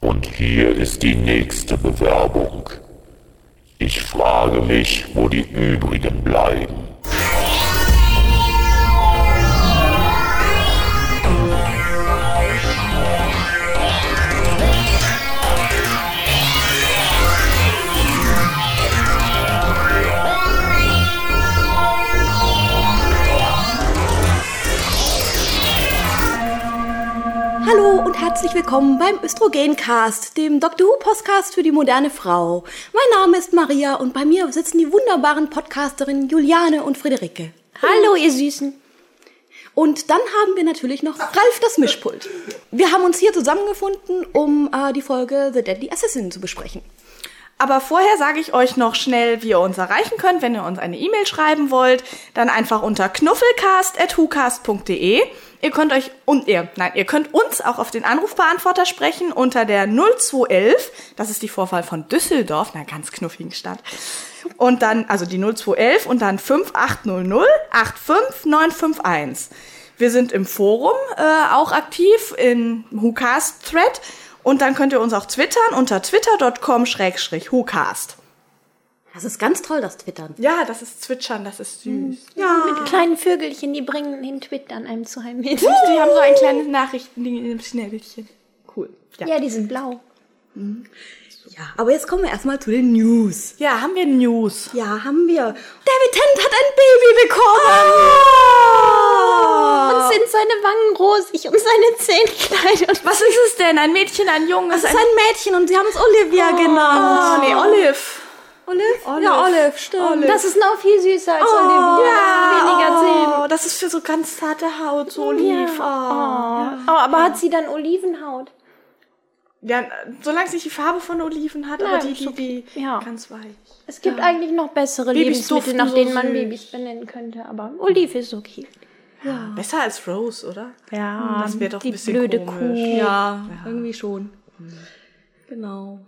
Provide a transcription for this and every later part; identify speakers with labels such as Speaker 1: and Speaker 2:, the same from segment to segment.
Speaker 1: Und hier ist die nächste Bewerbung. Ich frage mich, wo die übrigen bleiben.
Speaker 2: Hallo und herzlich willkommen beim Östrogencast, dem Dr. Who Podcast für die moderne Frau. Mein Name ist Maria und bei mir sitzen die wunderbaren Podcasterinnen Juliane und Friederike.
Speaker 3: Hallo, ihr Süßen.
Speaker 2: Und dann haben wir natürlich noch Ralf das Mischpult. Wir haben uns hier zusammengefunden, um äh, die Folge The Deadly Assassin zu besprechen.
Speaker 4: Aber vorher sage ich euch noch schnell, wie ihr uns erreichen könnt, wenn ihr uns eine E-Mail schreiben wollt. Dann einfach unter knuffelcast.hucast.de. Ihr könnt euch und ihr, nein, ihr könnt uns auch auf den Anrufbeantworter sprechen unter der 0211. Das ist die Vorwahl von Düsseldorf, einer ganz knuffigen Stadt. Und dann, also die 0211 und dann 5800 85951. Wir sind im Forum äh, auch aktiv, im WhoCast-Thread. Und dann könnt ihr uns auch twittern unter twitter.com-whocast.
Speaker 2: Das ist ganz toll, das Twittern.
Speaker 4: Ja, das ist Zwitschern, das ist süß.
Speaker 3: Mit kleinen Vögelchen, die bringen den Twittern einem zu heim mit.
Speaker 4: Die haben so ein kleines Nachrichtending in einem Schnäbelchen. Cool. Ja.
Speaker 3: Ja, die sind blau.
Speaker 2: Ja, aber jetzt kommen wir erstmal zu den News.
Speaker 4: ja, haben wir News.
Speaker 2: Ja, haben wir. David Tent hat ein Baby bekommen. Ah!
Speaker 3: Und sind seine Wangen rosig und seine Zähne klein. Und
Speaker 4: Was ist es denn? Ein Mädchen, ein Junge?
Speaker 2: Das ist ein Mädchen und sie haben es Olivia genannt.
Speaker 4: oh, nee, Olive.
Speaker 2: Olive? Ja, Olive, stimmt.
Speaker 3: das ist noch viel süßer als Olivia. Weniger Zähne.
Speaker 4: Oh, das ist für so ganz zarte Haut, so lief.
Speaker 3: Ja. Oh, aber hat sie dann Olivenhaut?
Speaker 4: Ja, solange es nicht die Farbe von Oliven hat,
Speaker 3: Nein,
Speaker 4: aber die,
Speaker 3: ist okay.
Speaker 4: die, die
Speaker 3: Ja.
Speaker 4: ganz weich.
Speaker 3: Es gibt eigentlich noch bessere
Speaker 4: Babys
Speaker 3: Lebensmittel,
Speaker 4: duften
Speaker 3: nach
Speaker 4: so
Speaker 3: denen man
Speaker 4: süß.
Speaker 3: Babys benennen könnte. Aber Olive ist okay. Hm.
Speaker 4: Besser als Rose, oder?
Speaker 3: Ja,
Speaker 4: Das wird doch
Speaker 3: die
Speaker 4: ein bisschen
Speaker 3: blöde
Speaker 4: komisch.
Speaker 3: Kuh.
Speaker 2: Ja, irgendwie schon. Genau.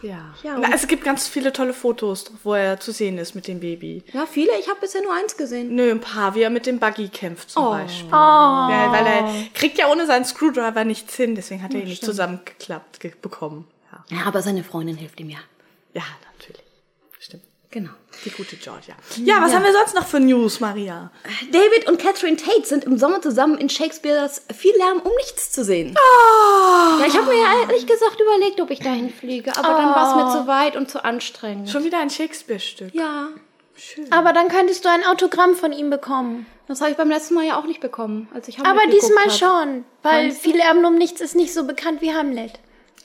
Speaker 4: Ja.
Speaker 2: Ja,
Speaker 4: Na,
Speaker 2: und-
Speaker 4: es gibt ganz viele tolle Fotos, wo er zu sehen ist mit dem Baby.
Speaker 2: Ja, viele. Ich habe bisher nur eins gesehen.
Speaker 4: Nö, ein paar, wie er mit dem Buggy kämpft zum Beispiel.
Speaker 3: Oh.
Speaker 4: Ja, weil er kriegt ja ohne seinen Screwdriver nichts hin, deswegen hat er ihn nicht zusammengeklappt ge- bekommen. Ja.
Speaker 2: Ja, aber seine Freundin hilft ihm ja.
Speaker 4: ja, natürlich. Stimmt.
Speaker 2: Genau.
Speaker 4: Die gute Georgia. Mhm, Ja, was haben wir sonst noch für News, Maria?
Speaker 2: David und Catherine Tate sind im Sommer zusammen in Shakespeares Viel Lärm um nichts zu sehen. Ah.
Speaker 3: Ja, ich habe mir ja ehrlich gesagt überlegt, ob ich dahin fliege, aber dann war es mir zu weit und zu anstrengend.
Speaker 4: Schon wieder ein Shakespeare-Stück.
Speaker 2: Ah. Ja,
Speaker 3: Aber dann könntest du ein Autogramm von ihm bekommen.
Speaker 2: das habe ich beim letzten Mal ja auch nicht bekommen, als ich Hamlet
Speaker 3: Aber
Speaker 2: geguckt
Speaker 3: diesmal
Speaker 2: hab.
Speaker 3: schon, weil viel Erben um nichts ist nicht so bekannt wie Hamlet.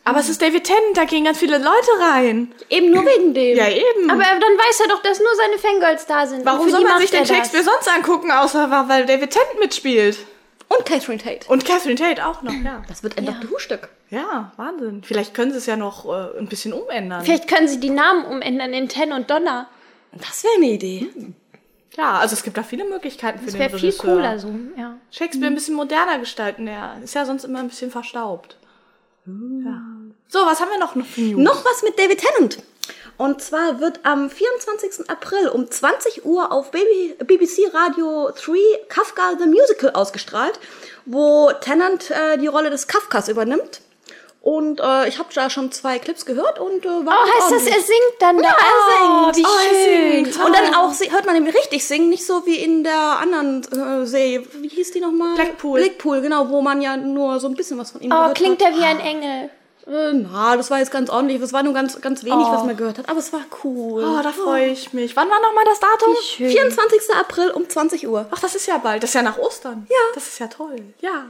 Speaker 4: Aber es ist David Tennant, da gehen ganz viele Leute rein.
Speaker 2: Eben nur wegen dem.
Speaker 4: Ja, eben.
Speaker 3: Aber dann weiß er doch, dass nur seine Fangirls da sind. Und
Speaker 4: Warum
Speaker 3: für
Speaker 4: soll
Speaker 3: die
Speaker 4: man
Speaker 3: macht
Speaker 4: sich
Speaker 3: er
Speaker 4: denn
Speaker 3: das.
Speaker 4: Shakespeare sonst angucken, außer wa- weil David Tennant mitspielt?
Speaker 2: Und Catherine Tate.
Speaker 4: Und Catherine Tate auch noch, ja.
Speaker 2: Das wird ein Dr. Who-Stück.
Speaker 4: Ja, Wahnsinn. Vielleicht können sie es ja noch äh, ein bisschen umändern.
Speaker 3: Vielleicht können sie die Namen umändern in Ten und Donner.
Speaker 2: Das wäre eine Idee.
Speaker 4: Ja, also es gibt da viele Möglichkeiten für
Speaker 3: Das
Speaker 4: den
Speaker 3: wäre viel
Speaker 4: Regisseur.
Speaker 3: cooler so. Ja.
Speaker 4: Shakespeare ein bisschen moderner gestalten, der ist ja sonst immer ein bisschen verstaubt. Ja. So, was haben wir noch für News?
Speaker 2: Noch was mit David Tennant. Und zwar wird am 24. April um 20 Uhr auf Baby, BBC Radio 3 Kafka the Musical ausgestrahlt, wo Tennant äh, die Rolle des Kafkas übernimmt. Und äh, ich habe da schon zwei Clips gehört und äh, war
Speaker 3: Oh,
Speaker 2: ganz
Speaker 3: heißt das,
Speaker 2: ordentlich.
Speaker 3: er singt dann da?
Speaker 2: er singt.
Speaker 3: Oh, wie schön.
Speaker 2: Und dann auch sie- hört man ihn richtig singen, nicht so wie in der anderen äh, Serie. Wie hieß die nochmal?
Speaker 4: Blackpool.
Speaker 2: Blackpool, genau, wo man ja nur so ein bisschen was von ihm gehört
Speaker 3: Oh,
Speaker 2: hat.
Speaker 3: klingt er wie ein Engel.
Speaker 2: Äh, na, das war jetzt ganz ordentlich. Das war nur ganz, ganz wenig, was man gehört hat. Aber es war cool.
Speaker 4: Oh, da freue ich mich. Wann war nochmal das Datum?
Speaker 3: Wie schön.
Speaker 2: 24. April um 20 Uhr.
Speaker 4: Ach, das ist ja bald. Das ist ja nach Ostern. Ja. Das ist ja toll. Ja.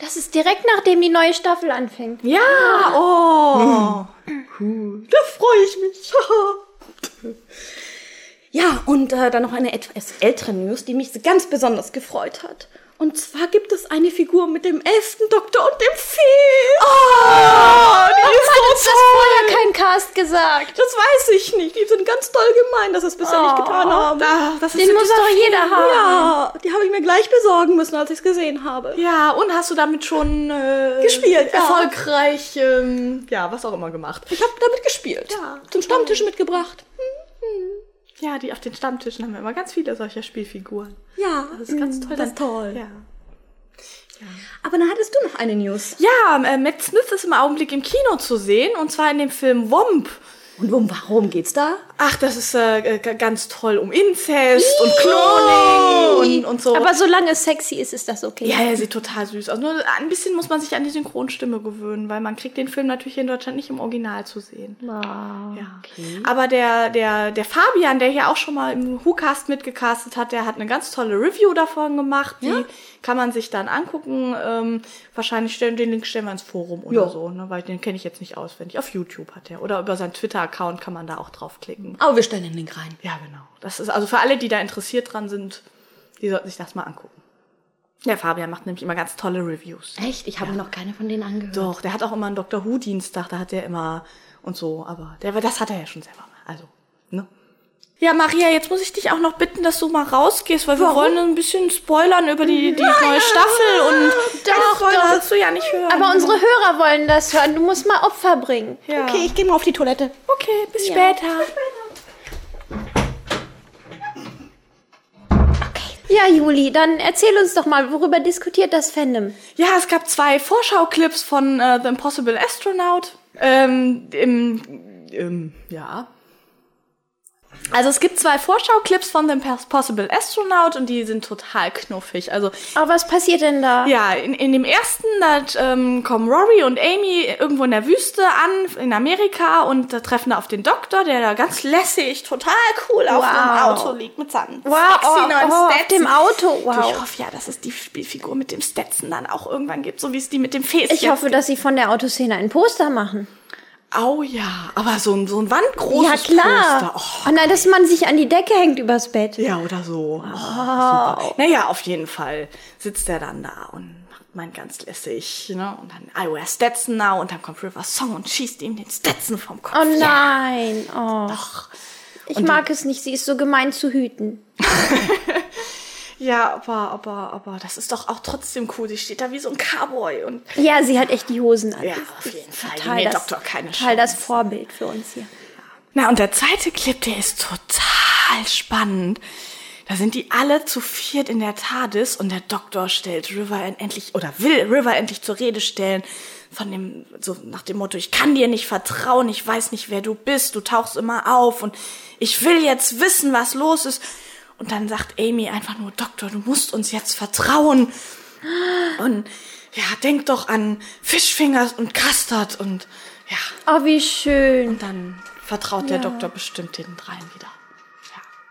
Speaker 3: Das ist direkt nachdem die neue Staffel anfängt.
Speaker 4: Ja, oh.
Speaker 2: Da freue ich mich. ja, und äh, dann noch eine etwas ältere News, die mich ganz besonders gefreut hat. Und zwar gibt es eine Figur mit dem elften Doktor und dem Fee.
Speaker 4: Oh, die ist
Speaker 3: Hat uns
Speaker 4: so
Speaker 3: das vorher kein Cast gesagt.
Speaker 2: Das weiß ich nicht. Die sind ganz toll gemein, dass sie es bisher nicht getan haben.
Speaker 4: Ah, das ist
Speaker 3: Den
Speaker 4: ja
Speaker 3: muss
Speaker 4: dieser
Speaker 3: doch jeder haben.
Speaker 2: Ja, die habe ich mir gleich besorgen müssen, als ich es gesehen habe.
Speaker 4: Ja, und hast du damit schon äh,
Speaker 2: Gespielt, ja.
Speaker 4: erfolgreich, ähm, ja, was auch immer gemacht.
Speaker 2: Ich habe damit gespielt.
Speaker 4: Ja.
Speaker 2: Zum Stammtisch mitgebracht.
Speaker 4: Ja, die auf den Stammtischen haben wir immer ganz viele solcher Spielfiguren.
Speaker 2: Ja,
Speaker 4: Das ist ganz toll.
Speaker 2: Das
Speaker 4: dann-
Speaker 2: ist toll.
Speaker 4: Ja.
Speaker 2: Aber dann hattest du noch eine News.
Speaker 4: Ja, äh, Matt Smith ist im Augenblick im Kino zu sehen und zwar in dem Film Womp.
Speaker 2: Und um, warum geht's da?
Speaker 4: Ach, das ist äh, g- ganz toll um Inzest und Cloning und, und so.
Speaker 3: Aber solange es sexy ist, ist das okay.
Speaker 4: ja, er sieht total süß aus. Nur ein bisschen muss man sich an die Synchronstimme gewöhnen, weil man kriegt den Film natürlich hier in Deutschland nicht im Original zu sehen. Ja. Aber der, der, der Fabian, der hier auch schon mal im WhoCast mitgecastet hat, der hat eine ganz tolle Review davon gemacht. Die kann man sich dann angucken. Ähm, wahrscheinlich stellen, den Link stellen wir ins Forum oder
Speaker 2: Ja.
Speaker 4: so, ne? weil den kenne ich jetzt nicht auswendig. Auf YouTube hat er. Oder über seinen Twitter-Account kann man da auch draufklicken.
Speaker 2: Aber wir stellen den Link rein.
Speaker 4: Ja, genau. Das ist also für alle, die da interessiert dran sind, die sollten sich das mal angucken. Der Fabian macht nämlich immer ganz tolle Reviews.
Speaker 3: Echt? Ich habe mir noch keine von denen angehört.
Speaker 4: Doch, der hat auch immer einen Dr. Who-Dienstag, da hat er immer und so, aber der, das hat er ja schon selber mal. Also, ne? Ja, Maria, jetzt muss ich dich auch noch bitten, dass du mal rausgehst, weil wir wollen ein bisschen spoilern über die, die neue Staffel und das
Speaker 3: doch.
Speaker 4: wolltest du ja nicht hören.
Speaker 3: Aber unsere Hörer wollen das hören. Du musst mal Opfer bringen.
Speaker 4: ja.
Speaker 2: Okay, ich gehe mal auf die Toilette.
Speaker 4: okay, bis später.
Speaker 3: Ja, Juli, dann erzähl uns doch mal, worüber diskutiert das Fandom?
Speaker 4: Ja, es gab zwei Vorschau-Clips von äh, The Impossible Astronaut. Ähm, im, im, ja. Also es gibt zwei Vorschau-Clips von The Impossible Astronaut und die sind total knuffig. Also
Speaker 3: Aber was passiert denn da?
Speaker 4: ja, in, in dem ersten, da ähm, kommen Rory und Amy irgendwo in der Wüste an, in Amerika, und da treffen da auf den Doktor, der da ganz lässig, total cool auf dem
Speaker 3: Wow.
Speaker 4: Auto liegt mit seinem
Speaker 3: Wow, oh,
Speaker 4: sexy neuen
Speaker 3: oh, auf
Speaker 4: Stetson.
Speaker 3: dem Auto, wow.
Speaker 4: Du, Ich hoffe ja, dass es die Spielfigur mit dem Stetson dann auch irgendwann gibt, so wie es die mit dem Fäschen
Speaker 3: Ich hoffe, dass sie von der Autoszene ein Poster machen.
Speaker 4: Oh ja, aber so ein, so ein wandgroßes
Speaker 3: ja, klar.
Speaker 4: Poster.
Speaker 3: Oh. nein, dass man sich an die Decke hängt übers Bett.
Speaker 4: Oh, ja, oder so. Oh, super. Naja, auf jeden Fall sitzt er dann da und macht man ganz lässig. Ne? Und dann I wear Stetson now und dann kommt River Song und schießt ihm den Stetson vom Kopf.
Speaker 3: Oh nein, oh.
Speaker 4: Ach.
Speaker 3: Ich mag es nicht, sie ist so gemein zu hüten.
Speaker 4: Ja, aber, aber, aber das ist doch auch trotzdem cool. Sie steht da wie so ein Cowboy und
Speaker 3: Ja, sie hat echt die Hosen an.
Speaker 4: Ja, auf jeden Fall. Nee, Doktor, keine
Speaker 3: total das
Speaker 4: Chance.
Speaker 3: Vorbild für uns hier.
Speaker 4: Na, und der zweite Clip, der ist total spannend. Da sind die alle zu viert in der TARDIS und der Doktor stellt River endlich, oder will River endlich zur Rede stellen. Von dem, so nach dem Motto, ich kann dir nicht vertrauen, ich weiß nicht, wer du bist, du tauchst immer auf und ich will jetzt wissen, was los ist. Und dann sagt Amy einfach nur, Doktor, du musst uns jetzt vertrauen. Und ja, denk doch an Fischfingers und Custard und ja.
Speaker 3: Oh, wie schön.
Speaker 4: Und dann vertraut der Doktor bestimmt den dreien wieder.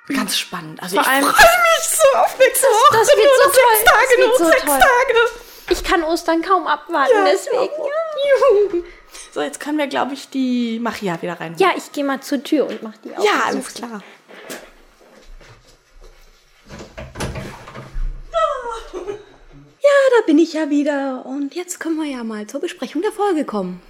Speaker 4: Ja, ganz spannend. Also ich
Speaker 3: allem-
Speaker 4: freue mich so auf nächste Woche.
Speaker 3: das wird so
Speaker 4: noch
Speaker 3: toll.
Speaker 4: sechs Tage,
Speaker 3: Das wird
Speaker 4: nur
Speaker 3: so
Speaker 4: noch sechs
Speaker 3: toll.
Speaker 4: Tage.
Speaker 3: Ich kann Ostern kaum abwarten,
Speaker 4: Ja,
Speaker 3: deswegen. Ja,
Speaker 4: So, jetzt können wir, glaube ich, die Maria wieder rein.
Speaker 3: ja ich gehe mal zur Tür und mach die auf.
Speaker 4: ja, alles klar.
Speaker 2: Ja, da bin ich ja wieder. Und jetzt können wir ja mal zur Besprechung der Folge kommen.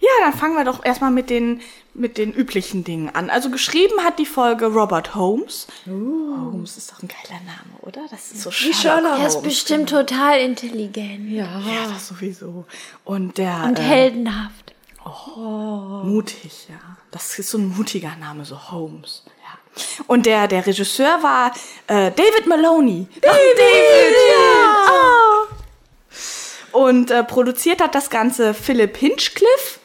Speaker 4: Ja, dann fangen wir doch erstmal mit den, mit den üblichen Dingen an. Also geschrieben hat die Folge Robert Holmes. Oh. Holmes ist doch ein geiler Name, oder? Das ist so Sherlock,
Speaker 3: Er ist
Speaker 4: Holmes.
Speaker 3: bestimmt total intelligent
Speaker 4: Ja, das sowieso. Und der
Speaker 3: und
Speaker 4: äh,
Speaker 3: heldenhaft.
Speaker 4: Mutig, ja. Das ist so ein mutiger Name, so Holmes. Ja. Und der, der Regisseur war äh, David Maloney. David! ja. Ah. Und äh, produziert hat das Ganze Philip Hinchcliffe.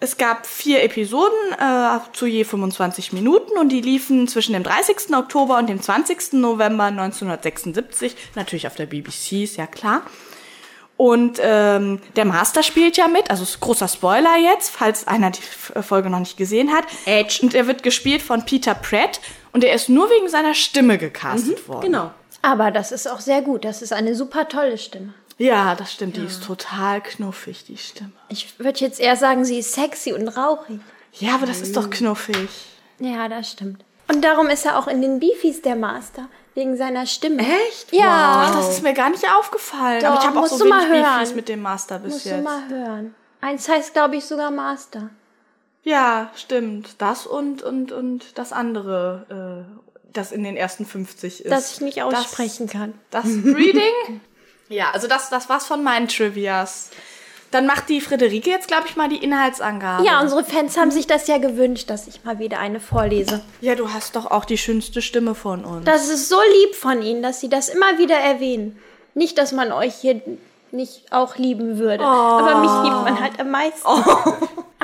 Speaker 4: Es gab vier Episoden äh, zu je 25 Minuten und die liefen zwischen dem 30. Oktober und dem 20. November 1976. Natürlich auf der BBC, ist ja klar. Und ähm, der Master spielt ja mit, also ist großer Spoiler jetzt, falls einer die F- äh, Folge noch nicht gesehen hat. Edge. Und er wird gespielt von Peter Pratt und er ist nur wegen seiner Stimme gecastet worden.
Speaker 2: Genau.
Speaker 3: Aber das ist auch sehr gut. Das ist eine super tolle Stimme.
Speaker 4: Ja, das stimmt, die ist total knuffig, die Stimme.
Speaker 3: Ich würde jetzt eher sagen, sie ist sexy und rauchig.
Speaker 4: Ja, aber das ist doch knuffig.
Speaker 3: Ja, das stimmt. Und darum ist er auch in den Beefies der Master. Wegen seiner Stimme.
Speaker 2: Echt?
Speaker 3: Ja.
Speaker 4: Ach, das ist mir gar nicht aufgefallen.
Speaker 3: Ah. Doch,
Speaker 4: aber ich habe auch
Speaker 3: musst
Speaker 4: so
Speaker 3: du mal
Speaker 4: wenig Beefies
Speaker 3: hören.
Speaker 4: mit dem Master bis
Speaker 3: Musst du
Speaker 4: jetzt.
Speaker 3: mal hören. Eins heißt, glaube ich, sogar Master.
Speaker 4: Ja, stimmt. Das und, und, und das andere, äh, das in den ersten 50 ist.
Speaker 3: Dass ich nicht aussprechen kann.
Speaker 4: Das Reading? ja, also das, das war's von meinen Trivias. Dann macht die Friederike jetzt, glaube ich, mal die Inhaltsangabe.
Speaker 3: Ja, unsere Fans haben sich das ja gewünscht, dass ich mal wieder eine vorlese.
Speaker 4: ja, du hast doch auch die schönste Stimme von uns.
Speaker 3: Das ist so lieb von Ihnen, dass Sie das immer wieder erwähnen. Nicht, dass man euch hier nicht auch lieben würde. Aber mich liebt man halt am meisten.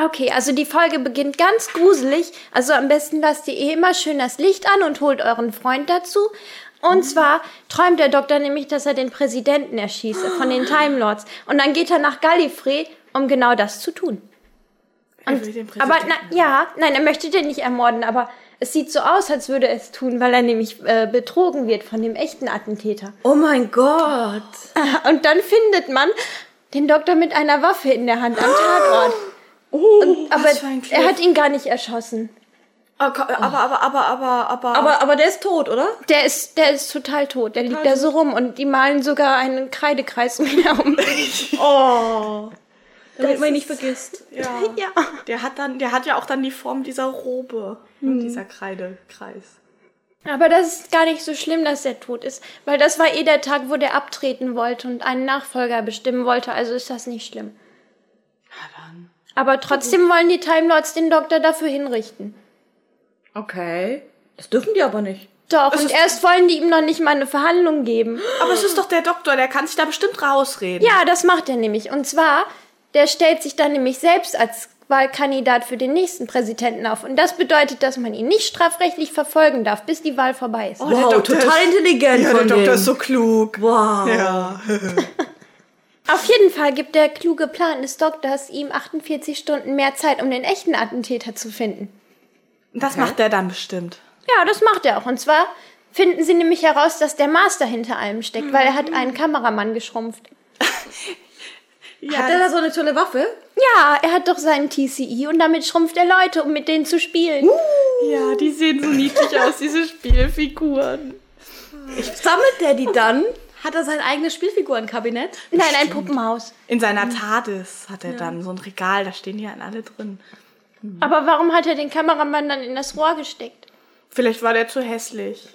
Speaker 3: Okay, also die Folge beginnt ganz gruselig. Also am besten lasst ihr eh immer schön das Licht an und holt euren Freund dazu. Und zwar träumt der Doktor nämlich, dass er den Präsidenten erschieße von den Time Lords. Und dann geht er nach Gallifrey, um genau das zu tun.
Speaker 4: Er will den
Speaker 3: Aber
Speaker 4: Präsidenten.
Speaker 3: na, ja, nein, er möchte den nicht ermorden, aber es sieht so aus, als würde er es tun, weil er nämlich äh, betrogen wird von dem echten Attentäter.
Speaker 2: Oh mein Gott.
Speaker 3: Und dann findet man den Doktor mit einer Waffe in der Hand am Tatort.
Speaker 4: Oh,
Speaker 3: Aber
Speaker 4: was für ein
Speaker 3: er
Speaker 4: Glück.
Speaker 3: hat ihn gar nicht erschossen.
Speaker 4: Aber, Oh, aber, aber, aber, aber,
Speaker 2: Aber, aber der ist tot, oder?
Speaker 3: Der ist, der ist total tot. Der liegt da so rum und die malen sogar einen Kreidekreis um ihn herum. Oh.
Speaker 2: Damit man ihn nicht vergisst.
Speaker 4: Ja.
Speaker 3: Ja.
Speaker 4: Der hat dann, der hat ja auch dann die Form dieser Robe, ne, dieser Kreidekreis.
Speaker 3: Aber das ist gar nicht so schlimm, dass er tot ist, weil das war eh der Tag, wo der abtreten wollte und einen Nachfolger bestimmen wollte, also ist das nicht schlimm. Aber trotzdem wollen die Time Lords den Doktor dafür hinrichten.
Speaker 2: Okay. Das dürfen die aber nicht.
Speaker 3: Doch, und erst wollen die ihm noch nicht mal eine Verhandlung geben.
Speaker 4: Aber es ist doch der Doktor, der kann sich da bestimmt rausreden.
Speaker 3: Ja, das macht er nämlich. Und zwar, der stellt sich dann nämlich selbst als Wahlkandidat für den nächsten Präsidenten auf. Und das bedeutet, dass man ihn nicht strafrechtlich verfolgen darf, bis die Wahl vorbei ist.
Speaker 4: der
Speaker 2: Wow,
Speaker 4: Doktor
Speaker 2: total
Speaker 4: ist-
Speaker 2: intelligent
Speaker 4: Ja,
Speaker 2: von
Speaker 4: der Doktor
Speaker 2: denen.
Speaker 4: ist so klug.
Speaker 2: Wow.
Speaker 4: Ja.
Speaker 3: Auf jeden Fall gibt der kluge Plan des Doktors ihm 48 Stunden mehr Zeit, um den echten Attentäter zu finden.
Speaker 4: Das macht der dann bestimmt.
Speaker 3: Ja, das macht er auch. Und zwar finden sie nämlich heraus, dass der Master hinter allem steckt, weil er hat einen Kameramann geschrumpft.
Speaker 4: Ja,
Speaker 2: Hat der da so eine tolle Waffe?
Speaker 3: Ja, er hat doch seinen TCI und damit schrumpft er Leute, um mit denen zu spielen.
Speaker 4: ja, die sehen so niedlich aus, diese Spielfiguren.
Speaker 2: Sammelt der die dann? Hat er sein eigenes Spielfigurenkabinett?
Speaker 3: Nein, ein Puppenhaus.
Speaker 4: In seiner TARDIS hat er dann so ein Regal, da stehen die dann alle drin.
Speaker 3: Aber warum hat er den Kameramann dann in das Rohr gesteckt?
Speaker 4: Vielleicht war der zu hässlich.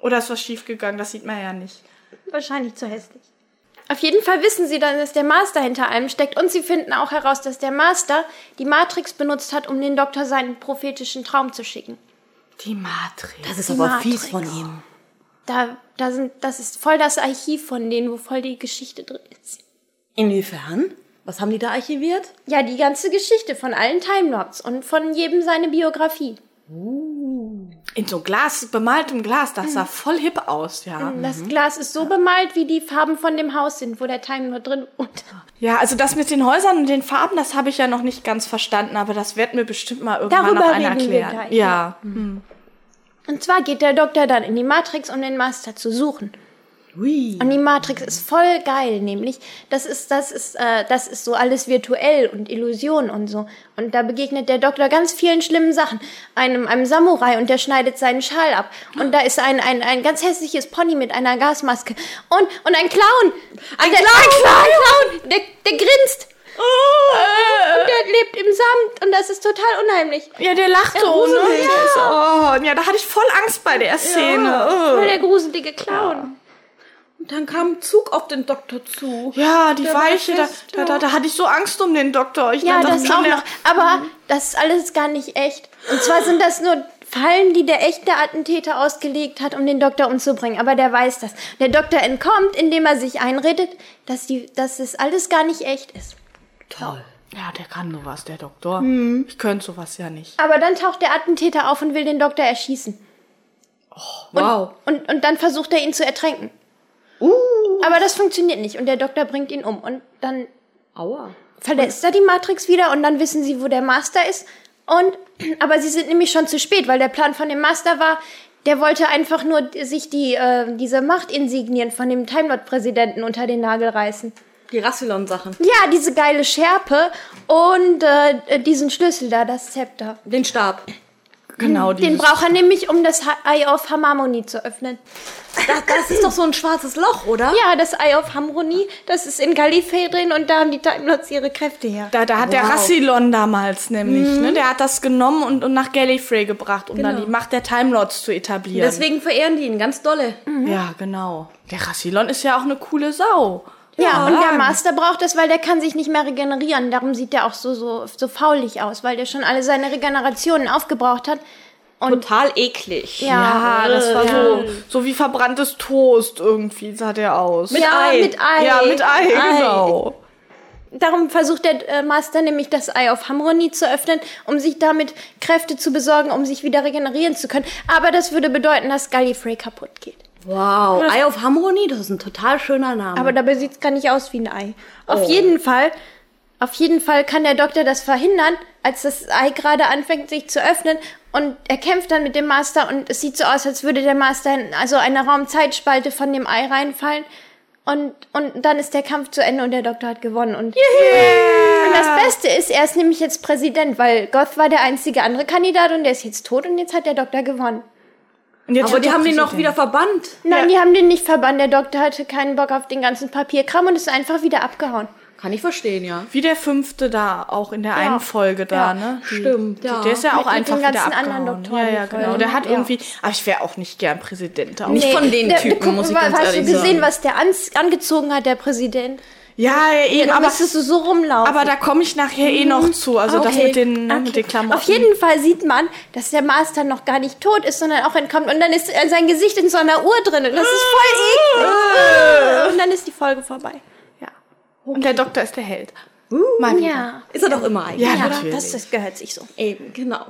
Speaker 4: Oder ist was schiefgegangen, das sieht man ja nicht.
Speaker 3: Wahrscheinlich zu hässlich. Auf jeden Fall wissen sie dann, dass der Master hinter allem steckt und sie finden auch heraus, dass der Master die Matrix benutzt hat, um den Doktor seinen prophetischen Traum zu schicken.
Speaker 4: Die Matrix.
Speaker 2: Das ist
Speaker 3: Die
Speaker 2: aber
Speaker 3: Matrix.
Speaker 2: fies von ihm.
Speaker 3: Da, da sind, das ist voll das Archiv von denen, wo voll die Geschichte drin ist.
Speaker 2: Inwiefern? Was haben die da archiviert?
Speaker 3: Ja, die ganze Geschichte von allen Time Lords und von jedem seine Biografie.
Speaker 4: In so Glas, bemaltem Glas, das sah voll hip aus, ja.
Speaker 3: Das Glas ist so bemalt, wie die Farben von dem Haus sind, wo der Time Lord drin wohnt.
Speaker 4: Ja, also das mit den Häusern und den Farben, das habe ich ja noch nicht ganz verstanden, aber das wird mir bestimmt mal irgendwann
Speaker 3: Darüber
Speaker 4: noch einer
Speaker 3: reden wir
Speaker 4: erklären.
Speaker 3: gleich, ne?
Speaker 4: ja.
Speaker 3: Und zwar geht der Doktor dann in die Matrix, um den Master zu suchen. Und die Matrix ist voll geil, nämlich das ist das ist äh, das ist so alles virtuell und Illusion und so. Und da begegnet der Doktor ganz vielen schlimmen Sachen, einem einem Samurai und der schneidet seinen Schal ab und da ist ein ein, ein ganz hässliches Pony mit einer Gasmaske und und ein Clown, ein, der, Clown, ein Clown, Clown, der der grinst.
Speaker 4: Oh,
Speaker 3: Und der lebt im Samt und das ist total unheimlich.
Speaker 4: Ja, der lacht so, ne?
Speaker 3: gruselig.
Speaker 4: Der ist, oh, ja, da hatte ich voll Angst bei der Szene. Oh. Ja,
Speaker 3: Voll der gruselige Clown.
Speaker 2: Und dann kam ein Zug auf den Doktor zu.
Speaker 4: ja die
Speaker 2: Der war
Speaker 4: Weiche, da,
Speaker 2: fest,
Speaker 4: da, da, da hatte ich so Angst um den Doktor. Ich
Speaker 3: Ja,
Speaker 4: dachte,
Speaker 3: das
Speaker 4: schon,
Speaker 3: auch
Speaker 4: der-
Speaker 3: noch. Aber das ist alles gar nicht echt. Und zwar sind das nur Fallen, die der echte Attentäter ausgelegt hat, um den Doktor umzubringen. Aber der weiß das. Der Doktor entkommt, indem er sich einredet, dass, die, dass es alles gar nicht echt ist.
Speaker 2: Toll.
Speaker 4: Ja, der kann sowas, der Doktor.
Speaker 3: Mhm.
Speaker 4: Ich könnte sowas ja nicht.
Speaker 3: Aber dann taucht der Attentäter auf und will den Doktor erschießen.
Speaker 2: Wow.
Speaker 3: Und, und dann versucht er ihn zu ertränken. Aber das funktioniert nicht. Und der Doktor bringt ihn um. Und dann
Speaker 2: Aua.
Speaker 3: verlässt er die Matrix wieder und dann wissen sie, wo der Master ist. Und aber sie sind nämlich schon zu spät, weil der Plan von dem Master war, der wollte einfach nur sich die äh, diese Machtinsignien von dem Time Lord Präsidenten unter den Nagel reißen.
Speaker 2: Die Rassilon-Sachen.
Speaker 3: Ja, diese geile Schärpe und äh, diesen Schlüssel da, das Zepter.
Speaker 2: Den Stab.
Speaker 4: Genau,
Speaker 3: Mhm. Den braucht er nämlich, um das Ha- Eye of Harmony zu öffnen.
Speaker 2: Das, das ist doch so ein schwarzes Loch, oder?
Speaker 3: Ja, das Eye of Harmony, das ist in Gallifrey drin und da haben die Time Lords ihre Kräfte her.
Speaker 4: Da, da hat der Rassilon damals nämlich,
Speaker 3: Mhm.
Speaker 4: ne? Der hat das genommen und, und nach Gallifrey gebracht, um
Speaker 3: Genau.
Speaker 4: dann die Macht der Time Lords zu etablieren.
Speaker 2: Deswegen verehren die ihn ganz dolle.
Speaker 4: ja, genau. Der Rassilon ist ja auch eine coole Sau.
Speaker 3: Ja, und der
Speaker 4: Mann.
Speaker 3: Master braucht das, weil der kann sich nicht mehr regenerieren. Darum sieht der auch so, so, so faulig aus, weil der schon alle seine Regenerationen aufgebraucht hat. Und
Speaker 2: Total eklig.
Speaker 3: ja,
Speaker 4: das war
Speaker 3: ja.
Speaker 4: so, so wie verbranntes Toast irgendwie, sah der aus.
Speaker 2: Mit
Speaker 3: ja,
Speaker 2: Ei.
Speaker 3: mit Ei.
Speaker 4: ja, mit Ei, genau.
Speaker 3: Darum versucht der äh, Master nämlich das Ei auf Hamroni zu öffnen, um sich damit Kräfte zu besorgen, um sich wieder regenerieren zu können. Aber das würde bedeuten, dass Gallifrey kaputt geht.
Speaker 2: Wow. Eye of Harmony, das ist ein total schöner Name.
Speaker 3: Aber dabei sieht es gar nicht aus wie ein Ei. Auf jeden Fall, auf jeden Fall kann der Doktor das verhindern, als das Ei gerade anfängt sich zu öffnen und er kämpft dann mit dem Master und es sieht so aus, als würde der Master in also eine Raumzeitspalte von dem Ei reinfallen und und dann ist der Kampf zu Ende und der Doktor hat gewonnen und und das Beste ist, er ist nämlich jetzt Präsident, weil Goth war der einzige andere Kandidat und der ist jetzt tot und jetzt hat der Doktor gewonnen.
Speaker 4: Und jetzt
Speaker 2: Aber
Speaker 4: hat
Speaker 2: die
Speaker 4: der
Speaker 2: haben den noch
Speaker 4: Präsident-
Speaker 2: wieder verbannt.
Speaker 3: Nein, die haben den nicht verbannt. Der Doktor hatte keinen Bock auf den ganzen Papierkram und ist einfach wieder abgehauen.
Speaker 2: Kann ich verstehen, ja.
Speaker 4: Wie der fünfte da, auch in der einen Folge da,
Speaker 3: Ja,
Speaker 4: ne? Die-
Speaker 2: stimmt,
Speaker 4: die-
Speaker 2: ja.
Speaker 4: Der ist ja auch
Speaker 3: Mit- mit
Speaker 4: einfach
Speaker 3: den
Speaker 4: wieder
Speaker 3: ganzen
Speaker 4: abgehauen.
Speaker 3: anderen
Speaker 4: ja,
Speaker 3: Doktoren,
Speaker 4: ja,
Speaker 3: die
Speaker 4: genau.
Speaker 3: Folgen,
Speaker 4: Der hat
Speaker 3: ja.
Speaker 4: irgendwie, aber ich wäre auch nicht gern Präsident. da Auch.
Speaker 2: Nicht von den
Speaker 3: der-
Speaker 2: Typen,
Speaker 3: guck,
Speaker 2: muss ich
Speaker 3: wa-
Speaker 2: ganz
Speaker 3: Hast
Speaker 2: ehrlich
Speaker 3: du gesehen,
Speaker 2: sagen.
Speaker 3: was der ans- angezogen hat, der Präsident?
Speaker 4: Ja, ja, eben,
Speaker 3: Ja,
Speaker 4: aber,
Speaker 3: aber müsstest du so rumlaufen.
Speaker 4: aber da komme ich nachher eh noch zu. Also das
Speaker 3: Okay.
Speaker 4: mit den, ne,
Speaker 3: Okay.
Speaker 4: mit den Klamotten.
Speaker 3: Auf jeden Fall sieht man, dass der Master noch gar nicht tot ist, sondern auch entkommt. Und dann ist äh, sein Gesicht in so einer Uhr drin. Und das ist voll
Speaker 4: Ah.
Speaker 3: eklig. Und dann ist die Folge vorbei.
Speaker 4: Ja. Und der Doktor ist der Held. Mal wieder.
Speaker 3: Mhm, Ja.
Speaker 2: Ist er doch immer eigentlich.
Speaker 4: Ja,
Speaker 3: Ja,
Speaker 4: natürlich.
Speaker 3: das, das gehört sich so.
Speaker 2: Eben, genau.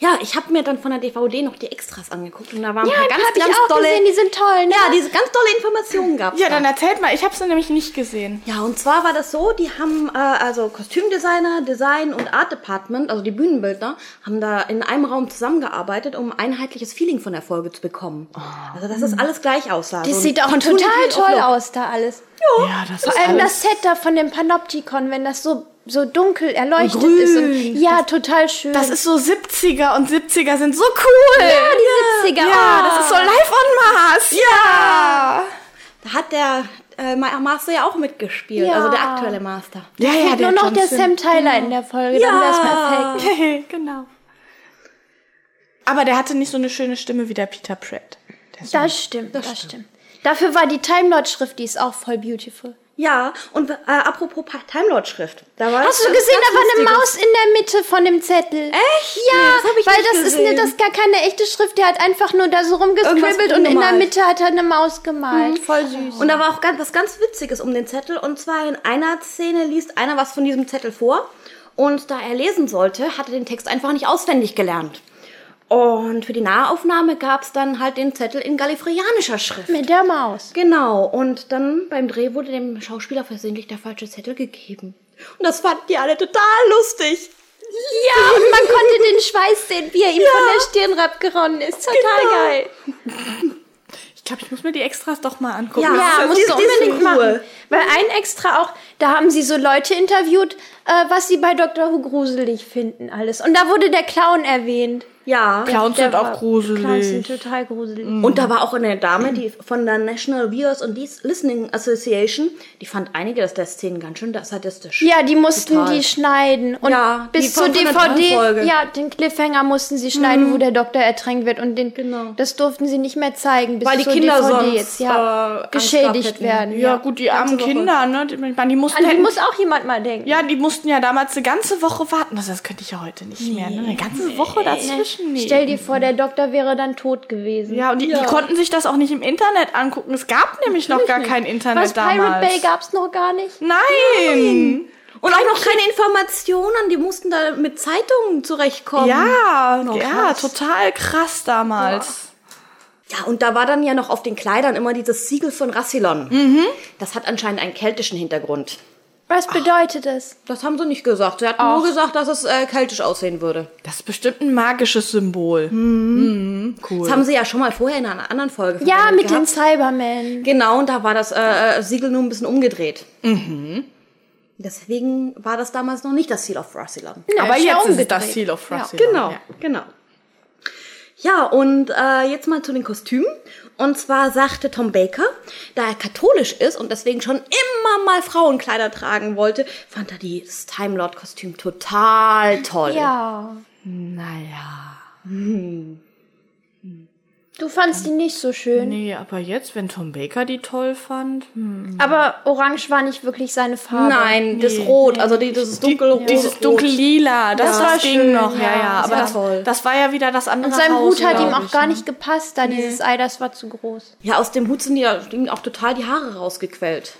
Speaker 2: Ja, ich habe mir dann von der DVD noch die Extras angeguckt und da waren ein
Speaker 3: Ja,
Speaker 2: paar
Speaker 3: ganz,
Speaker 2: ganz,
Speaker 3: hab ich
Speaker 2: ganz
Speaker 3: auch
Speaker 2: tolle.
Speaker 3: gesehen, die sind toll, ne?
Speaker 2: ja, diese ganz tolle Informationen gab's.
Speaker 4: ja,
Speaker 2: da.
Speaker 4: dann erzählt mal. Ich habe es nämlich nicht gesehen.
Speaker 2: Ja, und zwar war das so, die haben, äh, also Kostümdesigner, Design und Art Department, also die Bühnenbildner, haben da in einem Raum zusammengearbeitet, um ein einheitliches Feeling von der Folge zu bekommen. Also, dass das alles gleich also aussah.
Speaker 3: Oh. das
Speaker 2: So ein
Speaker 3: sieht auch
Speaker 2: Continuity
Speaker 3: total
Speaker 2: of
Speaker 3: toll
Speaker 2: Look.
Speaker 3: aus, da alles.
Speaker 4: Ja, Also das
Speaker 3: Vor allem das Set da von dem Panoptikon, wenn das so, so dunkel erleuchtet
Speaker 2: grün.
Speaker 3: ist. Und, ja, total schön.
Speaker 4: Das ist so 70er und 70er sind so cool.
Speaker 3: ja, die 70er.
Speaker 4: Ja,
Speaker 3: oh.
Speaker 4: das ist so live on Mars. Ah. Ja.
Speaker 2: Da hat der äh, Ma- Master ja auch mitgespielt,
Speaker 3: Ja.
Speaker 2: also der aktuelle Master.
Speaker 4: Ja, ja,
Speaker 3: Fehlt nur noch der
Speaker 4: Johnson.
Speaker 3: Sam Tyler in der Folge, dann wär's perfekt.
Speaker 4: genau. Aber der hatte nicht so eine schöne Stimme wie der Peter Pratt. Der ist so-
Speaker 3: Das stimmt, das, stimmt. Dafür war die Time Lord Schrift, die ist auch voll beautiful.
Speaker 2: Ja, und äh, apropos Pa- Time Lord Schrift. Da war
Speaker 3: Hast
Speaker 2: das
Speaker 3: du gesehen,
Speaker 2: ganz
Speaker 3: da war eine
Speaker 2: Lustiges.
Speaker 3: Maus in der Mitte von dem Zettel. Echt? Ja,
Speaker 2: das hab ich
Speaker 3: weil
Speaker 2: nicht
Speaker 3: das ist
Speaker 2: gesehen.
Speaker 3: ne, das ist gar keine echte Schrift, der hat einfach nur da so rumgescribbelt und in der
Speaker 2: rumgemalt.
Speaker 3: Mitte hat er eine Maus gemalt. Voll süß.
Speaker 2: Und da war auch ganz, was ganz Witziges um den Zettel. Und zwar in einer Szene liest einer was von diesem Zettel vor. Und da er lesen sollte, hat er den Text einfach nicht auswendig gelernt. Und für die Nahaufnahme gab es dann halt den Zettel in gallifreyanischer Schrift.
Speaker 3: Mit der Maus.
Speaker 2: Genau, und dann beim Dreh wurde dem Schauspieler versehentlich der falsche Zettel gegeben. Und das fanden die alle total lustig.
Speaker 3: Ja, und man konnte den Schweiß sehen, wie er ihm von der Stirn abgeronnen ist. Total
Speaker 2: Genau.
Speaker 3: geil.
Speaker 4: Ich glaube, ich muss mir die Extras doch mal angucken.
Speaker 2: Ja.
Speaker 3: Ja,
Speaker 2: das
Speaker 3: musst
Speaker 2: ist-
Speaker 3: du
Speaker 2: das ist
Speaker 3: unbedingt
Speaker 2: cool.
Speaker 3: machen. Weil ein extra auch, da haben sie so Leute interviewt, äh, was sie bei Dr. Who gruselig finden, alles. Und da wurde der Clown erwähnt.
Speaker 2: Ja.
Speaker 4: Clowns
Speaker 3: Der
Speaker 4: sind
Speaker 3: war-
Speaker 4: auch gruselig.
Speaker 3: Clowns sind total gruselig.
Speaker 2: Und da war auch eine Dame, die von der National Viewers and Lis- Listening Association, die fand einige das der Szenen ganz schön sadistisch.
Speaker 3: Ja, die mussten
Speaker 2: Total.
Speaker 3: die schneiden. Und
Speaker 2: Ja, die
Speaker 3: bis zur
Speaker 2: von- von der
Speaker 3: DVD,
Speaker 2: Traumfolge.
Speaker 3: ja, den Cliffhanger mussten sie schneiden, wo der Doktor ertränkt wird. und den,
Speaker 2: Genau.
Speaker 3: das durften sie nicht mehr zeigen, bis
Speaker 2: Weil die
Speaker 3: zur
Speaker 2: Kinder
Speaker 3: DVD
Speaker 2: sonst,
Speaker 3: jetzt ja
Speaker 2: äh, Angst gehabt
Speaker 3: geschädigt
Speaker 2: hätten.
Speaker 3: werden.
Speaker 4: Ja, gut, die armen Kinder, ne? Die, ich meine, die mussten
Speaker 3: An die
Speaker 4: hätten-
Speaker 3: muss auch jemand mal denken.
Speaker 4: ja, die mussten ja damals eine ganze Woche warten. Also das könnte ich ja heute nicht mehr. Ne? Eine ganze Woche dazwischen. Nee.
Speaker 3: Stell dir vor, der Doktor wäre dann tot gewesen.
Speaker 4: ja, und die, die konnten sich das auch nicht im Internet angucken. Es gab nämlich noch gar kein Internet
Speaker 3: Was
Speaker 4: damals.
Speaker 3: Pirate Bay gab's noch gar nicht.
Speaker 4: Nein.
Speaker 2: Und auch noch keine Informationen, die mussten da mit Zeitungen zurechtkommen.
Speaker 4: Ja,
Speaker 2: Noch
Speaker 4: ja,
Speaker 2: krass.
Speaker 4: total krass damals.
Speaker 2: Ja, und da war dann ja noch auf den Kleidern immer dieses Siegel von Rassilon.
Speaker 3: Mhm.
Speaker 2: Das hat anscheinend einen keltischen Hintergrund.
Speaker 3: Was bedeutet das?
Speaker 2: Das haben sie nicht gesagt. Sie hatten nur gesagt, dass es äh, keltisch aussehen würde.
Speaker 4: Das ist bestimmt ein magisches Symbol.
Speaker 3: Hm.
Speaker 2: Das haben sie ja schon mal vorher in einer anderen Folge
Speaker 3: Ja,
Speaker 2: verwendet
Speaker 3: mit den
Speaker 2: gehabt.
Speaker 3: Cybermen.
Speaker 2: Genau, und da war das äh, äh, Siegel nur ein bisschen umgedreht.
Speaker 3: Mhm.
Speaker 2: Deswegen war das damals noch nicht das Seal of Rassilon.
Speaker 4: Aber
Speaker 3: ist
Speaker 4: jetzt
Speaker 3: ja
Speaker 4: ist es
Speaker 3: umgedreht.
Speaker 4: das Seal of Rassilon.
Speaker 2: Genau, genau. Ja, und äh, jetzt mal zu den Kostümen. Und zwar sagte Tom Baker, da er katholisch ist und deswegen schon immer mal Frauenkleider tragen wollte, fand er dieses Time Lord Kostüm total toll.
Speaker 3: Ja.
Speaker 4: Naja.
Speaker 3: Du fandst die nicht so schön.
Speaker 4: Nee, aber jetzt, wenn Tom Baker die toll fand. Hm.
Speaker 3: Aber orange war nicht wirklich seine Farbe.
Speaker 2: Nein, das Rot, also die, dieses dunkelrot.
Speaker 4: Dieses dunkel-lila, das,
Speaker 3: Das war
Speaker 4: das ging
Speaker 3: schön,
Speaker 4: noch. Ja,
Speaker 3: ja,
Speaker 4: ja,
Speaker 3: das
Speaker 4: aber
Speaker 2: war
Speaker 4: das,
Speaker 2: toll.
Speaker 4: das war ja wieder das andere
Speaker 3: Und sein
Speaker 4: Haus,
Speaker 3: Hut hat ihm
Speaker 4: glaub
Speaker 3: auch
Speaker 4: ich,
Speaker 3: gar
Speaker 4: ne?
Speaker 3: nicht gepasst, da dieses Ei, das war zu groß.
Speaker 2: Ja, aus dem Hut sind ja sind auch total die Haare rausgequellt.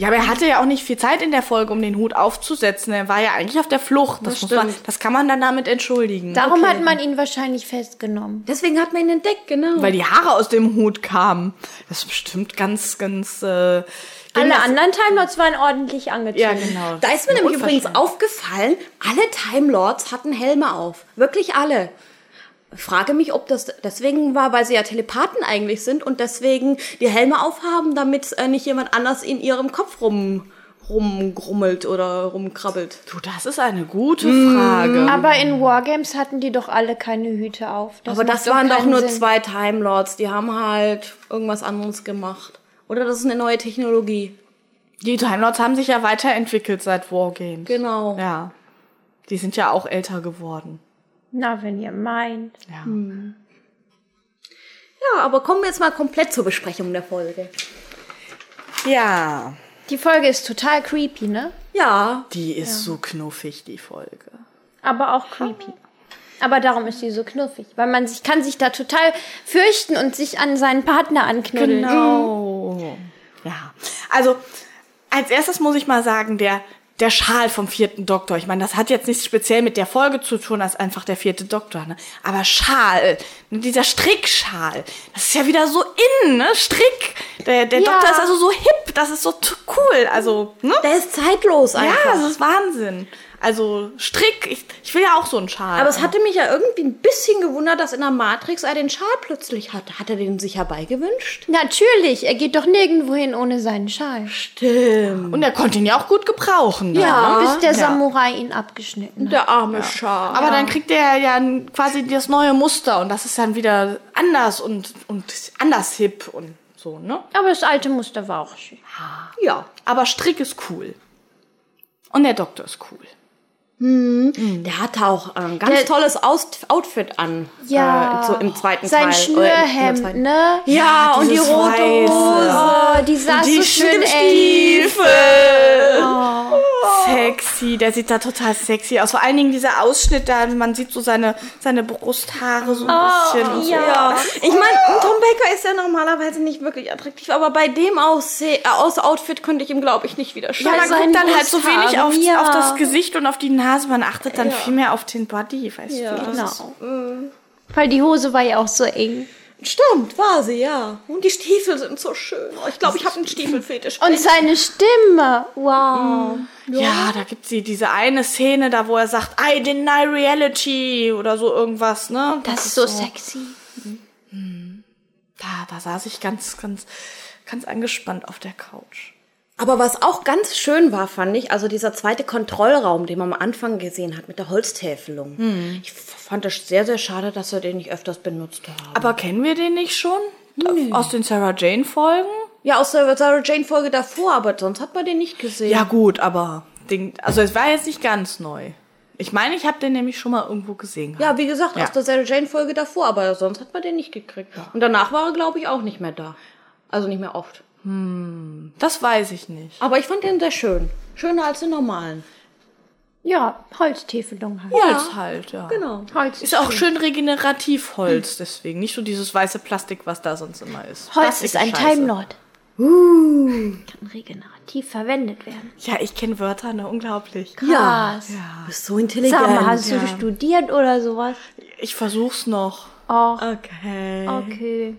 Speaker 4: Ja, aber er hatte ja auch nicht viel Zeit in der Folge, um den Hut aufzusetzen. Er war ja eigentlich auf der Flucht. Das,
Speaker 2: Das
Speaker 4: muss man,
Speaker 2: stimmt.
Speaker 4: das kann man dann damit entschuldigen.
Speaker 3: Darum hat man ihn wahrscheinlich festgenommen.
Speaker 2: Deswegen hat man ihn entdeckt, genau.
Speaker 4: Weil die Haare aus dem Hut kamen. Das ist bestimmt ganz, ganz. Äh,
Speaker 3: Alle anderen Time Lords waren ordentlich angezogen.
Speaker 4: Ja, genau.
Speaker 2: da ist mir nämlich übrigens
Speaker 4: Unverschämt.
Speaker 2: aufgefallen, alle Time Lords hatten Helme auf. Wirklich alle. Frage mich, ob das deswegen war, weil sie ja Telepathen eigentlich sind und deswegen die Helme aufhaben, damit äh, nicht jemand anders in ihrem Kopf rum, rumgrummelt oder rumkrabbelt.
Speaker 4: Du, das ist eine gute Frage.
Speaker 3: Aber in Wargames hatten die doch alle keine Hüte auf.
Speaker 2: Aber
Speaker 3: macht
Speaker 2: das waren doch
Speaker 3: keinen
Speaker 2: nur
Speaker 3: Sinn.
Speaker 2: zwei Time Lords, die haben halt irgendwas anderes gemacht. Oder das ist eine neue Technologie.
Speaker 4: Die Time Lords haben sich ja weiterentwickelt seit Wargames.
Speaker 2: Genau.
Speaker 4: Ja. Die sind ja auch älter geworden.
Speaker 3: Na, wenn ihr meint.
Speaker 4: Ja.
Speaker 2: Ja, aber kommen wir jetzt mal komplett zur Besprechung der Folge.
Speaker 4: ja.
Speaker 3: Die Folge ist total creepy, ne?
Speaker 2: Ja,
Speaker 4: Die ist so knuffig, die Folge.
Speaker 3: Aber auch creepy. Aber darum ist sie so knuffig, weil man sich kann sich da total fürchten und sich an seinen Partner anknuddeln. Mhm.
Speaker 4: Genau. Ja. Also, als erstes muss ich mal sagen, der, der Schal vom vierten Doktor. Ich meine, das hat jetzt nichts speziell mit der Folge zu tun, als einfach der vierte Doktor. Ne? Aber Schal, ne, dieser Strickschal, das ist ja wieder so innen, ne? Strick. Der, der
Speaker 3: Ja.
Speaker 4: Doktor ist also so hip, das ist so t- cool. Also, ne?
Speaker 2: der ist zeitlos einfach.
Speaker 4: Ja, das ist Wahnsinn. Also Strick, ich, ich will ja auch so einen Schal.
Speaker 2: aber es hatte mich ja irgendwie ein bisschen gewundert, dass in der Matrix er den Schal plötzlich hatte. Hat er den sich herbeigewünscht?
Speaker 3: Natürlich, er geht doch nirgendwo hin ohne seinen Schal.
Speaker 2: Stimmt.
Speaker 4: und er konnte ihn ja auch gut gebrauchen. ne?
Speaker 2: Ja.
Speaker 3: Bis der
Speaker 4: Ja.
Speaker 3: Samurai ihn abgeschnitten hat.
Speaker 2: Der arme Schal.
Speaker 4: Aber dann kriegt er ja n- quasi das neue Muster und das ist dann wieder anders und, und anders hip und so, ne?
Speaker 3: Aber das alte Muster war auch schön.
Speaker 2: ja.
Speaker 4: Aber Strick ist cool. Und der Doktor ist cool.
Speaker 2: Der hatte auch äh, ein ganz
Speaker 3: Der-
Speaker 2: tolles Aus Outfit an.
Speaker 3: Ja.
Speaker 2: Äh, so im zweiten Teil.
Speaker 3: Sein
Speaker 2: Oder im- im
Speaker 3: Schnürhemd,
Speaker 2: zweiten-
Speaker 3: ne?
Speaker 2: Ja, und die
Speaker 4: dieses
Speaker 2: rote
Speaker 4: Weiße.
Speaker 2: Hose.
Speaker 3: Oh, die saß so schön, ey.
Speaker 4: Stiefel. Oh, Sexy, der sieht da total sexy aus. Vor allen Dingen dieser Ausschnitt da, man sieht so seine, seine Brusthaare so ein bisschen. und so.
Speaker 3: Ja.
Speaker 2: Ich meine, Tom Baker ist ja normalerweise nicht wirklich attraktiv, aber bei dem Ausseh äh, aus Outfit könnte ich ihm, glaube ich, nicht
Speaker 4: Ja,
Speaker 2: widerstehen.
Speaker 4: man
Speaker 3: seinen
Speaker 4: guckt dann halt so wenig auf,
Speaker 3: Brusthaaren, ja.
Speaker 4: auf das Gesicht und auf die Nase. Man achtet dann viel mehr auf den Body, weißt du. Das ist-
Speaker 3: Genau.
Speaker 2: äh.
Speaker 3: Weil die Hose war ja auch so eng.
Speaker 2: Stimmt, war sie, ja. Und die Stiefel sind so schön. Oh, ich glaube, ich habe einen Stiefelfetisch.
Speaker 3: Und seine Stimme. Wow.
Speaker 4: Ja, da gibt's die, diese eine Szene da, wo er sagt, I deny reality oder so irgendwas, ne?
Speaker 3: Das ist so sexy.
Speaker 4: Da, da saß ich ganz, ganz, ganz angespannt auf der Couch.
Speaker 2: Aber was auch ganz schön war, fand ich, also dieser zweite Kontrollraum, den man am Anfang gesehen hat mit der Holztäfelung. Ich f- fand das sehr, sehr schade, dass wir den nicht öfters benutzt haben.
Speaker 4: Aber kennen wir den nicht schon? Aus den Sarah Jane Folgen?
Speaker 2: Ja, aus der Sarah Jane Folge davor, aber sonst hat man den nicht gesehen.
Speaker 4: Ja gut, aber Ding, also es war jetzt nicht ganz neu. Ich meine, ich habe den nämlich schon mal irgendwo gesehen.
Speaker 2: Ja, wie gesagt,
Speaker 4: Ja.
Speaker 2: aus der Sarah Jane Folge davor, aber sonst hat man den nicht gekriegt. Und danach war er, glaube ich, auch nicht mehr da. Also nicht mehr oft.
Speaker 4: Das weiß ich nicht.
Speaker 2: Aber ich fand den sehr schön. Schöner als den normalen.
Speaker 3: Ja, Holztäfelung halt.
Speaker 4: Holz halt, ja.
Speaker 2: Genau.
Speaker 3: Holz
Speaker 4: Ist auch schön regenerativ Holz, deswegen. Nicht so dieses weiße Plastik, was da sonst immer ist.
Speaker 3: Holz
Speaker 4: Das
Speaker 3: ist ein
Speaker 4: scheiße.
Speaker 3: Time Lord. Kann regenerativ verwendet werden.
Speaker 4: Ja, ich kenne Wörter, ne? Unglaublich.
Speaker 2: Ja.
Speaker 3: Was?
Speaker 2: Du bist so intelligent.
Speaker 3: Sag mal, hast du studiert oder sowas?
Speaker 4: Ich versuch's noch.
Speaker 3: Oh,
Speaker 4: Okay.
Speaker 3: okay.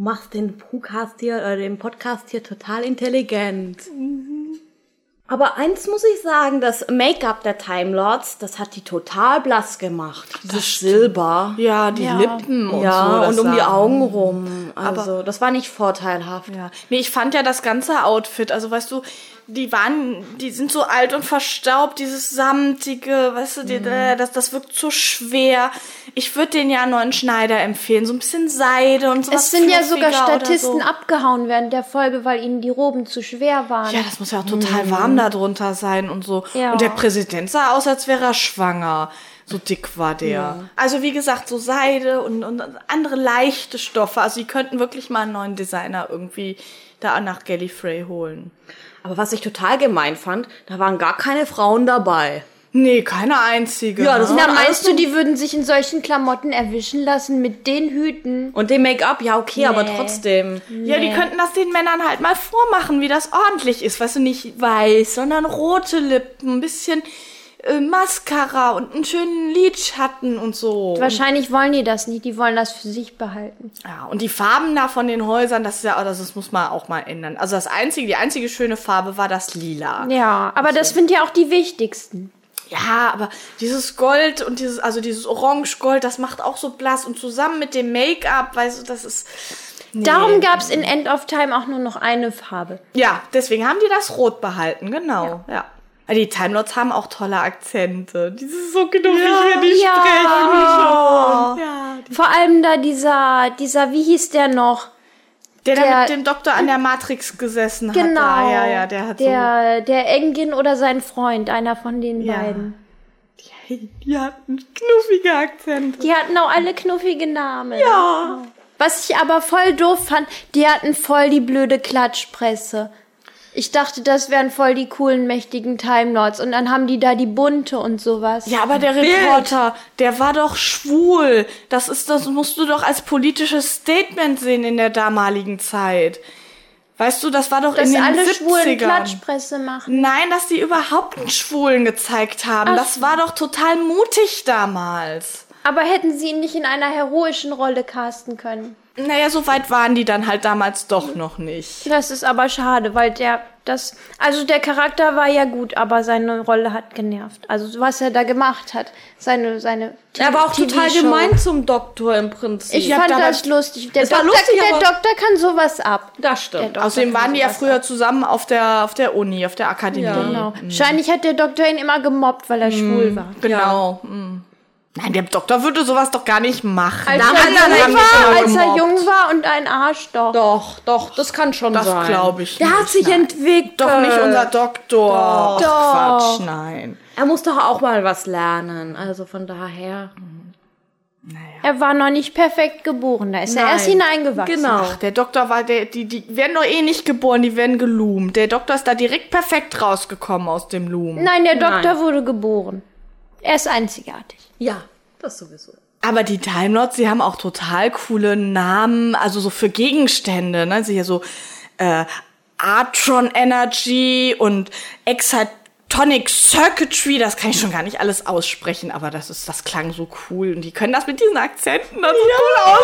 Speaker 2: machst den Podcast hier oder den Podcast hier total intelligent.
Speaker 4: Mhm.
Speaker 2: Aber eins muss ich sagen, das Make-up der Time Lords, das hat die total blass gemacht. Dieses Silber.
Speaker 4: Ja, die Lippen und so.
Speaker 2: ja,
Speaker 4: das
Speaker 2: und um die
Speaker 4: sah-
Speaker 2: Augen rum. Also, das war nicht vorteilhaft.
Speaker 4: Ja. Nee, ich fand ja das ganze Outfit, also weißt du, die waren, die sind so alt und verstaubt, dieses samtige, weißt du, die, äh, das, das wirkt so schwer. Ich würde den ja einen neuen Schneider empfehlen, so ein bisschen Seide und sowas.
Speaker 3: Es sind ja sogar
Speaker 4: fluffiger oder
Speaker 3: Statisten
Speaker 4: so.
Speaker 3: abgehauen während der Folge, weil ihnen die Roben zu schwer waren.
Speaker 4: Ja, das muss ja auch total
Speaker 2: Hm.
Speaker 4: warm da drunter sein und so.
Speaker 3: Ja.
Speaker 4: Und der Präsident sah aus, als wäre er schwanger. So dick war der. Also wie gesagt, so Seide und, und andere leichte Stoffe. Also die könnten wirklich mal einen neuen Designer irgendwie da nach Gallifrey holen.
Speaker 2: Aber was ich total gemein fand, da waren gar keine Frauen dabei.
Speaker 4: Nee, keine einzige.
Speaker 2: Ja, das
Speaker 4: ne?
Speaker 2: ist-
Speaker 3: Na,
Speaker 2: alles
Speaker 3: meinst du, die würden sich in solchen Klamotten erwischen lassen mit den Hüten?
Speaker 2: Und dem Make-up, ja, okay, aber
Speaker 3: Nee.
Speaker 2: trotzdem.
Speaker 4: ja, die könnten das den Männern halt mal vormachen, wie das ordentlich ist. Weißt du, nicht weiß, sondern rote Lippen, ein bisschen äh, Mascara und einen schönen Lidschatten und so.
Speaker 3: Wahrscheinlich wollen die das nicht, die wollen das für sich behalten.
Speaker 4: Ja, und die Farben da von den Häusern, das ist ja, oh, das ist- muss man auch mal ändern. Also das einzige, die einzige schöne Farbe war das Lila.
Speaker 3: Ja, aber das sind ja auch die wichtigsten.
Speaker 4: Ja, aber dieses Gold und dieses, also dieses Orange-Gold, das macht auch so blass und zusammen mit dem Make-up, weißt du, das ist. Nee.
Speaker 3: Darum gab es in End of Time auch nur noch eine Farbe.
Speaker 4: Ja, deswegen haben die das rot behalten, genau. Ja. Aber Die Time Lords haben auch tolle Akzente. Dieses so knuffig, wenn die
Speaker 3: ja.
Speaker 4: sprechen. Ja.
Speaker 3: Vor allem da dieser, dieser, wie hieß der noch?
Speaker 4: Der, da
Speaker 3: Der-
Speaker 4: mit dem Doktor an der Matrix gesessen hat.
Speaker 3: Genau.
Speaker 4: da. Ja, ja, der hat so.
Speaker 3: der, der Engin oder sein Freund, einer von den
Speaker 4: Ja.
Speaker 3: beiden.
Speaker 4: Die hat einen knuffigen Akzent.
Speaker 3: Die hatten auch alle knuffige Namen. Ja. Was ich aber voll doof fand, die hatten voll die blöde Klatschpresse. Ich dachte, das wären voll die coolen, mächtigen Time Lords. Und dann haben die da die bunte und sowas.
Speaker 4: Ja, aber der Reporter, der war doch schwul. Das ist, das musst du doch als politisches Statement sehen in der damaligen Zeit. Weißt du, das war doch
Speaker 3: dass
Speaker 4: in den
Speaker 3: alle
Speaker 4: 70ern.
Speaker 3: Schwulen Klatschpresse machen.
Speaker 4: Nein, dass die überhaupt einen Schwulen gezeigt haben.
Speaker 3: Ach
Speaker 4: das
Speaker 3: so.
Speaker 4: war doch total mutig damals.
Speaker 3: Aber hätten sie ihn nicht in einer heroischen Rolle casten können?
Speaker 4: Naja, so weit waren die dann halt damals doch noch nicht.
Speaker 3: Das ist aber schade, weil der das also der Charakter war ja gut, aber seine Rolle hat genervt. Also was er da gemacht hat, seine seine
Speaker 2: Er war auch total
Speaker 3: TV-Show.
Speaker 2: gemein zum Doktor im Prinzip.
Speaker 3: Ich
Speaker 4: Ja,
Speaker 3: fand
Speaker 4: aber-
Speaker 3: das lustig. Der,
Speaker 2: Es war
Speaker 3: Doktor,
Speaker 2: lustig,
Speaker 3: der
Speaker 2: aber-
Speaker 3: Doktor kann sowas ab.
Speaker 2: das
Speaker 3: Der
Speaker 2: stimmt.
Speaker 3: Doktor
Speaker 4: Außerdem
Speaker 3: kann
Speaker 4: waren die ja
Speaker 3: sowas
Speaker 4: früher zusammen auf der, auf der Uni, auf der Akademie.
Speaker 2: Ja.
Speaker 3: Genau. Wahrscheinlich hat der Doktor ihn immer gemobbt,
Speaker 2: Mm.
Speaker 3: weil er schwul war.
Speaker 4: Genau. Mm. Nein, der Doktor würde sowas doch gar nicht machen.
Speaker 3: Als,
Speaker 4: Da
Speaker 3: er,
Speaker 4: hat er
Speaker 3: jung
Speaker 4: dann
Speaker 3: war,
Speaker 4: schon
Speaker 3: als er
Speaker 4: gemobbt.
Speaker 3: jung war und ein Arschloch.
Speaker 2: Doch, doch, das kann schon
Speaker 4: Das
Speaker 2: sein.
Speaker 4: glaub ich
Speaker 2: Der
Speaker 4: nicht,
Speaker 2: hat sich
Speaker 4: nein.
Speaker 2: entwickelt.
Speaker 4: Doch nicht unser Doktor. Doch. Ach,
Speaker 3: Äh, Doch.
Speaker 4: Quatsch, nein.
Speaker 2: Er muss doch auch mal was lernen. Also von daher.
Speaker 3: Er war noch nicht perfekt geboren, da ist er
Speaker 2: Nein.
Speaker 3: erst hineingewachsen.
Speaker 2: Genau.
Speaker 4: Ach, der Doktor war der, die, die werden doch eh nicht geboren, die werden geloomt. Der Doktor ist da direkt perfekt rausgekommen aus dem Loom.
Speaker 3: Nein, der Doktor
Speaker 2: Nein.
Speaker 3: wurde geboren. Er ist einzigartig.
Speaker 2: Ja, das sowieso.
Speaker 4: Aber die Time Lords, die haben auch total coole Namen, also so für Gegenstände, ne? Also hier so äh, Artron Energy und Excitonic Circuitry, das kann ich schon gar nicht alles aussprechen, aber das ist, das klang so cool. Und die können das mit diesen Akzenten dann so cool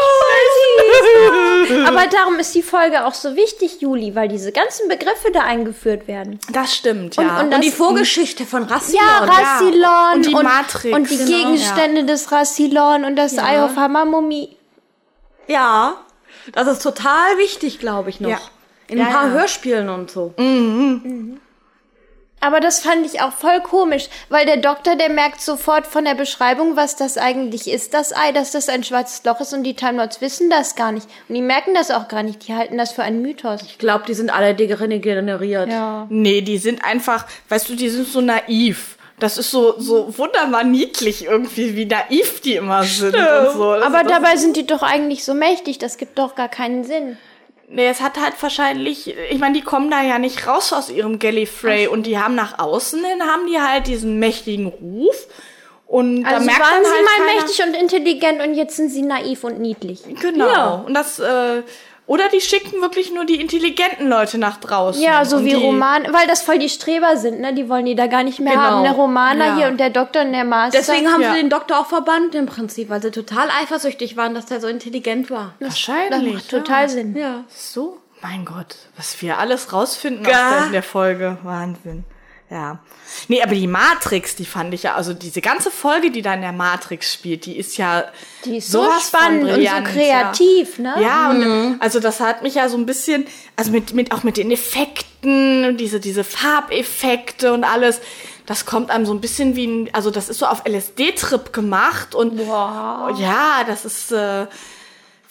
Speaker 4: aussprechen.
Speaker 3: Aber darum ist die Folge auch so wichtig, Juli, weil diese ganzen Begriffe da eingeführt werden.
Speaker 4: Das stimmt, ja.
Speaker 3: und
Speaker 2: Und die
Speaker 3: Das-
Speaker 2: Vorgeschichte von Rassilon.
Speaker 3: Ja, Rassilon
Speaker 4: Genau, Und die Matrix,
Speaker 3: und die
Speaker 4: genau.
Speaker 3: Gegenstände des Rassilon und das Eye of Hamamumi.
Speaker 2: Ja, das ist total wichtig, glaube ich, noch.
Speaker 4: Ja.
Speaker 2: In
Speaker 4: Ja,
Speaker 2: ein paar
Speaker 4: ja.
Speaker 2: Hörspielen und so.
Speaker 3: Aber das fand ich auch voll komisch, weil der Doktor, der merkt sofort von der Beschreibung, was das eigentlich ist, das Ei, dass das ein schwarzes Loch ist und die Time Lords wissen das gar nicht. Und die merken das auch gar nicht, die halten das für einen Mythos.
Speaker 2: Ich glaube, die sind alle degeneriert.
Speaker 3: Ja.
Speaker 4: Nee, die sind einfach, weißt du, die sind so naiv. Das ist so, so wunderbar niedlich irgendwie, wie naiv die immer sind und so. Also Das
Speaker 3: Aber
Speaker 4: ist doch-
Speaker 3: dabei sind die doch eigentlich so mächtig, das gibt doch gar keinen Sinn.
Speaker 4: nee, es hat halt wahrscheinlich, ich meine, die kommen da ja nicht raus aus ihrem Gallifrey und die haben nach außen hin, haben die halt diesen mächtigen Ruf. Und da
Speaker 3: Also
Speaker 4: merkt
Speaker 3: waren
Speaker 4: dann
Speaker 3: sie
Speaker 4: halt
Speaker 3: mal
Speaker 4: keiner-
Speaker 3: mächtig und intelligent und jetzt sind sie naiv und niedlich.
Speaker 4: Genau.
Speaker 2: Ja.
Speaker 4: Und das, äh, oder die schicken wirklich nur die intelligenten Leute nach draußen.
Speaker 3: Ja, so
Speaker 4: Und
Speaker 3: wie
Speaker 4: die,
Speaker 3: Roman, weil das voll die Streber sind, ne? Die wollen die da gar nicht mehr
Speaker 4: Genau.
Speaker 3: haben. Der Romaner
Speaker 4: Ja.
Speaker 3: hier und der Doktor und der Master.
Speaker 2: Deswegen haben
Speaker 4: Ja.
Speaker 2: sie den Doktor auch verbannt im Prinzip, weil sie total eifersüchtig waren, dass der so intelligent war.
Speaker 3: das
Speaker 4: Wahrscheinlich.
Speaker 3: macht
Speaker 4: ja.
Speaker 3: total Sinn.
Speaker 2: Ja.
Speaker 4: So? Mein Gott, was wir alles rausfinden
Speaker 2: Gah.
Speaker 4: aus der, in der Folge. Wahnsinn. Ja. Nee, aber die Matrix, die fand ich ja, also diese ganze Folge, die da in der Matrix spielt, die ist ja
Speaker 3: Die ist so
Speaker 4: sowas von
Speaker 3: spannend und so
Speaker 4: brillant,
Speaker 3: kreativ, ne?
Speaker 4: Ja, ja und also das hat mich ja so ein bisschen, also mit, mit auch mit den Effekten und diese, diese Farbeffekte und alles, das kommt einem so ein bisschen wie ein, also das ist so auf LSD-Trip gemacht und ja, das ist äh,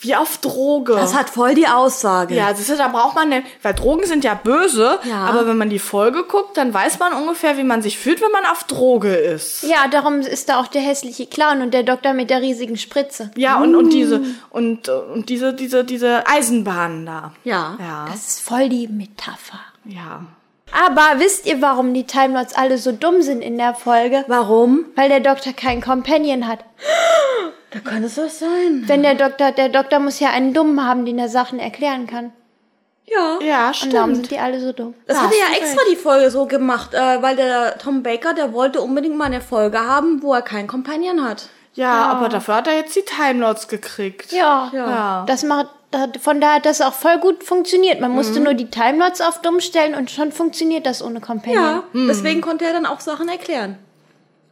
Speaker 4: wie auf Droge.
Speaker 2: Das hat voll die Aussage.
Speaker 4: Ja, siehst du, da braucht man, ne, weil Drogen sind ja böse,
Speaker 2: Ja.
Speaker 4: aber wenn man die Folge guckt, dann weiß man ungefähr, wie man sich fühlt, wenn man auf Droge ist.
Speaker 3: Ja, darum ist da auch der hässliche Clown und der Doktor mit der riesigen Spritze.
Speaker 4: Ja, und,
Speaker 3: Uh.
Speaker 4: und diese, und, äh, und diese, diese, diese Eisenbahnen da.
Speaker 2: Ja.
Speaker 4: Ja.
Speaker 3: Das ist voll die Metapher.
Speaker 4: Ja.
Speaker 3: Aber wisst ihr, warum die Timelords alle so dumm sind in der Folge?
Speaker 2: Warum?
Speaker 3: Weil der Doktor keinen Companion hat.
Speaker 2: Da könnte es was sein.
Speaker 3: Wenn der Doktor, der Doktor muss ja einen Dummen haben, den er Sachen erklären kann.
Speaker 2: Ja.
Speaker 4: Ja,
Speaker 3: Und darum
Speaker 4: stimmt.
Speaker 3: sind die alle so dumm.
Speaker 2: Das hatte ja extra die Folge so gemacht, äh, weil der Tom Baker, der wollte unbedingt mal eine Folge haben, wo er keinen Companion hat.
Speaker 4: Ja, aber dafür hat er jetzt die Timelords gekriegt.
Speaker 3: Ja,
Speaker 4: Ja.
Speaker 3: Das macht, da- von daher hat das auch voll gut funktioniert. Man musste nur die Timelords auf dumm stellen und schon funktioniert das ohne Companion.
Speaker 2: Ja. Deswegen konnte er dann auch Sachen erklären.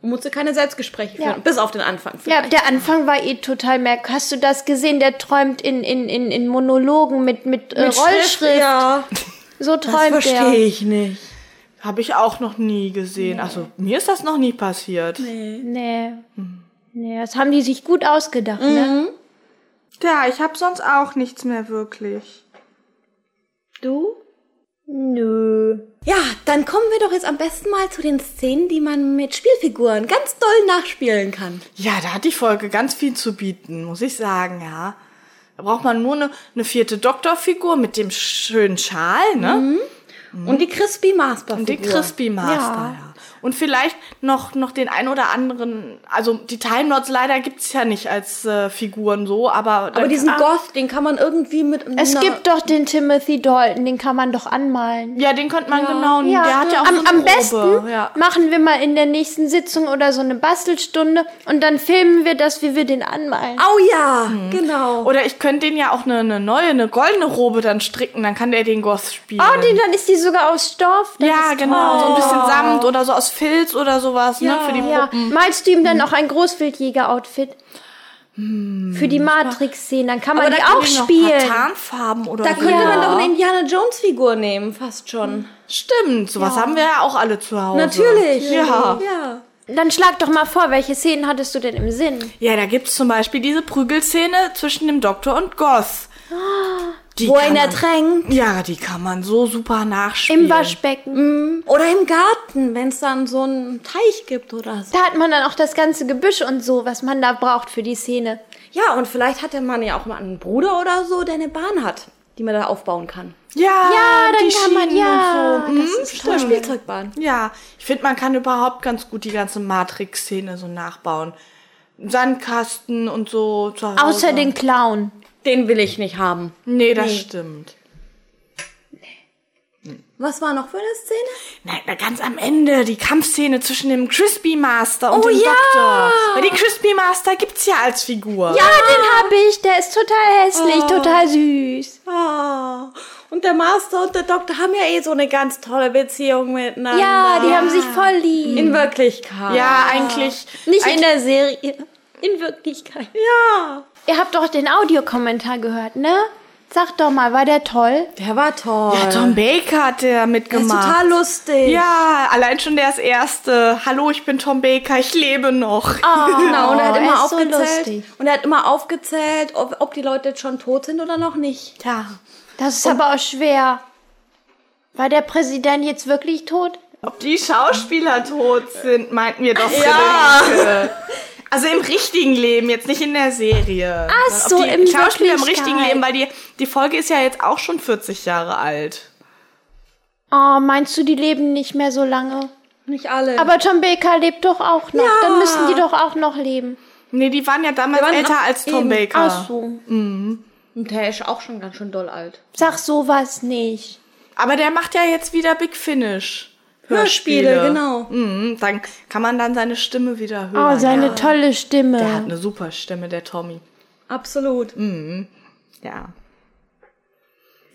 Speaker 2: Und musste keine Selbstgespräche führen.
Speaker 3: Ja.
Speaker 2: Bis auf den Anfang.
Speaker 3: Ja, der Anfang war eh total merkwürdig. Hast du das gesehen? Der träumt in, in, in, in Monologen mit, mit, äh, Rollschrift.
Speaker 2: Ja.
Speaker 3: So
Speaker 2: Das
Speaker 3: träumt
Speaker 2: verstehe
Speaker 3: er.
Speaker 2: ich nicht.
Speaker 4: Habe ich auch noch nie gesehen. Also mir ist das noch nie passiert.
Speaker 3: Nee. Nee, das haben die sich gut ausgedacht, ne?
Speaker 4: Ja, ich habe sonst auch nichts mehr wirklich.
Speaker 3: Du? Nö.
Speaker 2: Ja, dann kommen wir doch jetzt am besten mal zu den Szenen, die man mit Spielfiguren ganz doll nachspielen kann.
Speaker 4: Ja, da hat die Folge ganz viel zu bieten, muss ich sagen, ja. Da braucht man nur eine, eine vierte Doktorfigur mit dem schönen Schal, ne?
Speaker 3: Mhm.
Speaker 2: Und die Crispy Master.
Speaker 4: Und den Crispy Master, ja. Und vielleicht noch, noch den ein oder anderen, also die Time Lords leider gibt's ja nicht als äh, Figuren so, aber.
Speaker 2: Aber diesen Goth, den kann man irgendwie mit.
Speaker 3: Ah. Es
Speaker 2: einer-
Speaker 3: gibt doch den Timothy Dalton, den kann man doch anmalen.
Speaker 4: Ja, den könnte man genau, der hat ja auch
Speaker 3: am,
Speaker 4: so eine
Speaker 3: am
Speaker 4: Robe,
Speaker 3: besten
Speaker 4: ja.
Speaker 3: machen wir mal in der nächsten Sitzung oder so eine Bastelstunde und dann filmen wir das, wie wir den anmalen.
Speaker 2: Oh ja,
Speaker 3: Mhm.
Speaker 2: genau.
Speaker 4: Oder ich könnte den ja auch eine, eine neue, eine goldene Robe dann stricken, dann kann der den Goth spielen.
Speaker 3: Oh, die, dann ist die sogar aus Stoff. Das
Speaker 4: ja,
Speaker 3: ist
Speaker 4: genau, so
Speaker 3: toll.
Speaker 4: ein bisschen Samt oder so aus Filz oder sowas, ne, für die
Speaker 3: Ja.
Speaker 4: Puppen.
Speaker 3: Malst du ihm dann auch ein Großwildjäger-Outfit? Für die Matrix-Szenen, dann kann man
Speaker 2: Hm, Aber
Speaker 3: die
Speaker 2: da können
Speaker 3: auch
Speaker 4: Noch
Speaker 3: spielen.
Speaker 4: Tarnfarben oder
Speaker 2: Da
Speaker 4: so.
Speaker 2: könnte man
Speaker 3: Ja. Mhm.
Speaker 2: doch eine Indiana Jones Figur nehmen, fast schon.
Speaker 4: Stimmt, sowas haben wir ja auch alle zu Hause.
Speaker 2: Natürlich.
Speaker 4: Ja.
Speaker 2: ja.
Speaker 3: Dann schlag doch mal vor, welche Szenen hattest du denn im Sinn?
Speaker 4: Ja, da gibt's zum Beispiel diese Prügelszene zwischen dem Doktor und Goth. Die
Speaker 2: Wo
Speaker 4: kann
Speaker 2: ihn
Speaker 4: man,
Speaker 2: ertränkt.
Speaker 4: Ja, die kann man so super
Speaker 3: Im
Speaker 4: nachspielen.
Speaker 3: Waschbecken.
Speaker 2: Hm. Oder im Garten, wenn es dann so einen Teich gibt oder so.
Speaker 3: Da hat man dann auch das ganze Gebüsch und so, was man da braucht für die Szene.
Speaker 2: Ja, und vielleicht hat der Mann ja auch mal einen Bruder oder so, der eine Bahn hat, die man da aufbauen kann.
Speaker 4: Ja,
Speaker 3: Ja, dann
Speaker 4: die
Speaker 3: kann man-
Speaker 4: Schienen
Speaker 2: Ah,
Speaker 3: ja,
Speaker 4: und so.
Speaker 3: das
Speaker 4: Mhm,
Speaker 3: ist
Speaker 2: Eine
Speaker 4: stimmt.
Speaker 2: Spielzeugbahn.
Speaker 4: Ja, ich finde, man kann überhaupt ganz gut die ganze Matrix-Szene so nachbauen. Sandkasten und so zu Hause.
Speaker 3: Außer den Clown.
Speaker 2: Den will ich nicht haben.
Speaker 4: Nee, das stimmt.
Speaker 2: Was war noch für eine Szene?
Speaker 4: Nein, na, ganz am Ende, die Kampfszene zwischen dem Crispy Master und
Speaker 2: Oh
Speaker 4: dem
Speaker 2: ja!
Speaker 4: Doktor. Weil den Crispy Master gibt's ja als Figur.
Speaker 3: Ja, Ah,
Speaker 2: Ah.
Speaker 3: den hab ich. Der ist total
Speaker 2: Oh.
Speaker 3: hässlich, total süß.
Speaker 2: Ah, und der Master und der Doktor haben ja eh so eine ganz tolle Beziehung miteinander.
Speaker 3: Ja, die haben sich voll lieb.
Speaker 2: in Wirklichkeit.
Speaker 4: Ja, eigentlich.
Speaker 3: Nicht in
Speaker 4: eigentlich-
Speaker 3: der Serie. In Wirklichkeit.
Speaker 2: Ja.
Speaker 3: Ihr habt doch den Audiokommentar gehört, ne? Sag doch mal, war der toll?
Speaker 2: Der war toll.
Speaker 4: Ja, Tom Baker hat der
Speaker 2: Das ist
Speaker 4: mitgemacht.
Speaker 2: total lustig.
Speaker 4: ja, allein schon der ist erste. Hallo, ich bin Tom Baker, ich lebe noch.
Speaker 2: Genau, und er hat
Speaker 3: Oh, er
Speaker 2: immer
Speaker 3: ist so
Speaker 2: aufgezählt.
Speaker 3: lustig.
Speaker 2: und er hat immer aufgezählt, ob, ob die Leute jetzt schon tot sind oder noch nicht.
Speaker 4: Ja.
Speaker 3: Das ist aber auch schwer. War der Präsident jetzt wirklich tot?
Speaker 4: Ob die Schauspieler tot sind, meinten wir doch. für den Film. Also im richtigen Leben, jetzt nicht in der Serie. Ach
Speaker 3: so,
Speaker 4: Ob die
Speaker 3: im
Speaker 4: Schauspieler im
Speaker 3: Wirklichkeit.
Speaker 4: richtigen Leben, weil die, die Folge ist ja jetzt auch schon 40 Jahre alt.
Speaker 3: Oh, meinst du, die leben nicht mehr so lange?
Speaker 2: Nicht alle.
Speaker 3: Aber Tom Baker lebt doch auch noch. Dann müssen die doch auch noch leben.
Speaker 4: Nee, die waren ja damals
Speaker 2: Die waren
Speaker 4: älter
Speaker 2: ab-
Speaker 4: als Tom
Speaker 2: eben.
Speaker 4: Baker.
Speaker 3: Ach so.
Speaker 2: und der ist auch schon ganz schön doll alt.
Speaker 3: Sag sowas nicht.
Speaker 4: Aber der macht ja jetzt wieder Big Finish.
Speaker 2: Hörspiele, genau.
Speaker 4: Mhm, dann kann man dann seine Stimme wieder hören.
Speaker 3: Oh, seine
Speaker 4: ja.
Speaker 3: tolle Stimme.
Speaker 4: Der hat eine super Stimme, der Tommy.
Speaker 2: Absolut.
Speaker 4: Ja.
Speaker 2: Hm?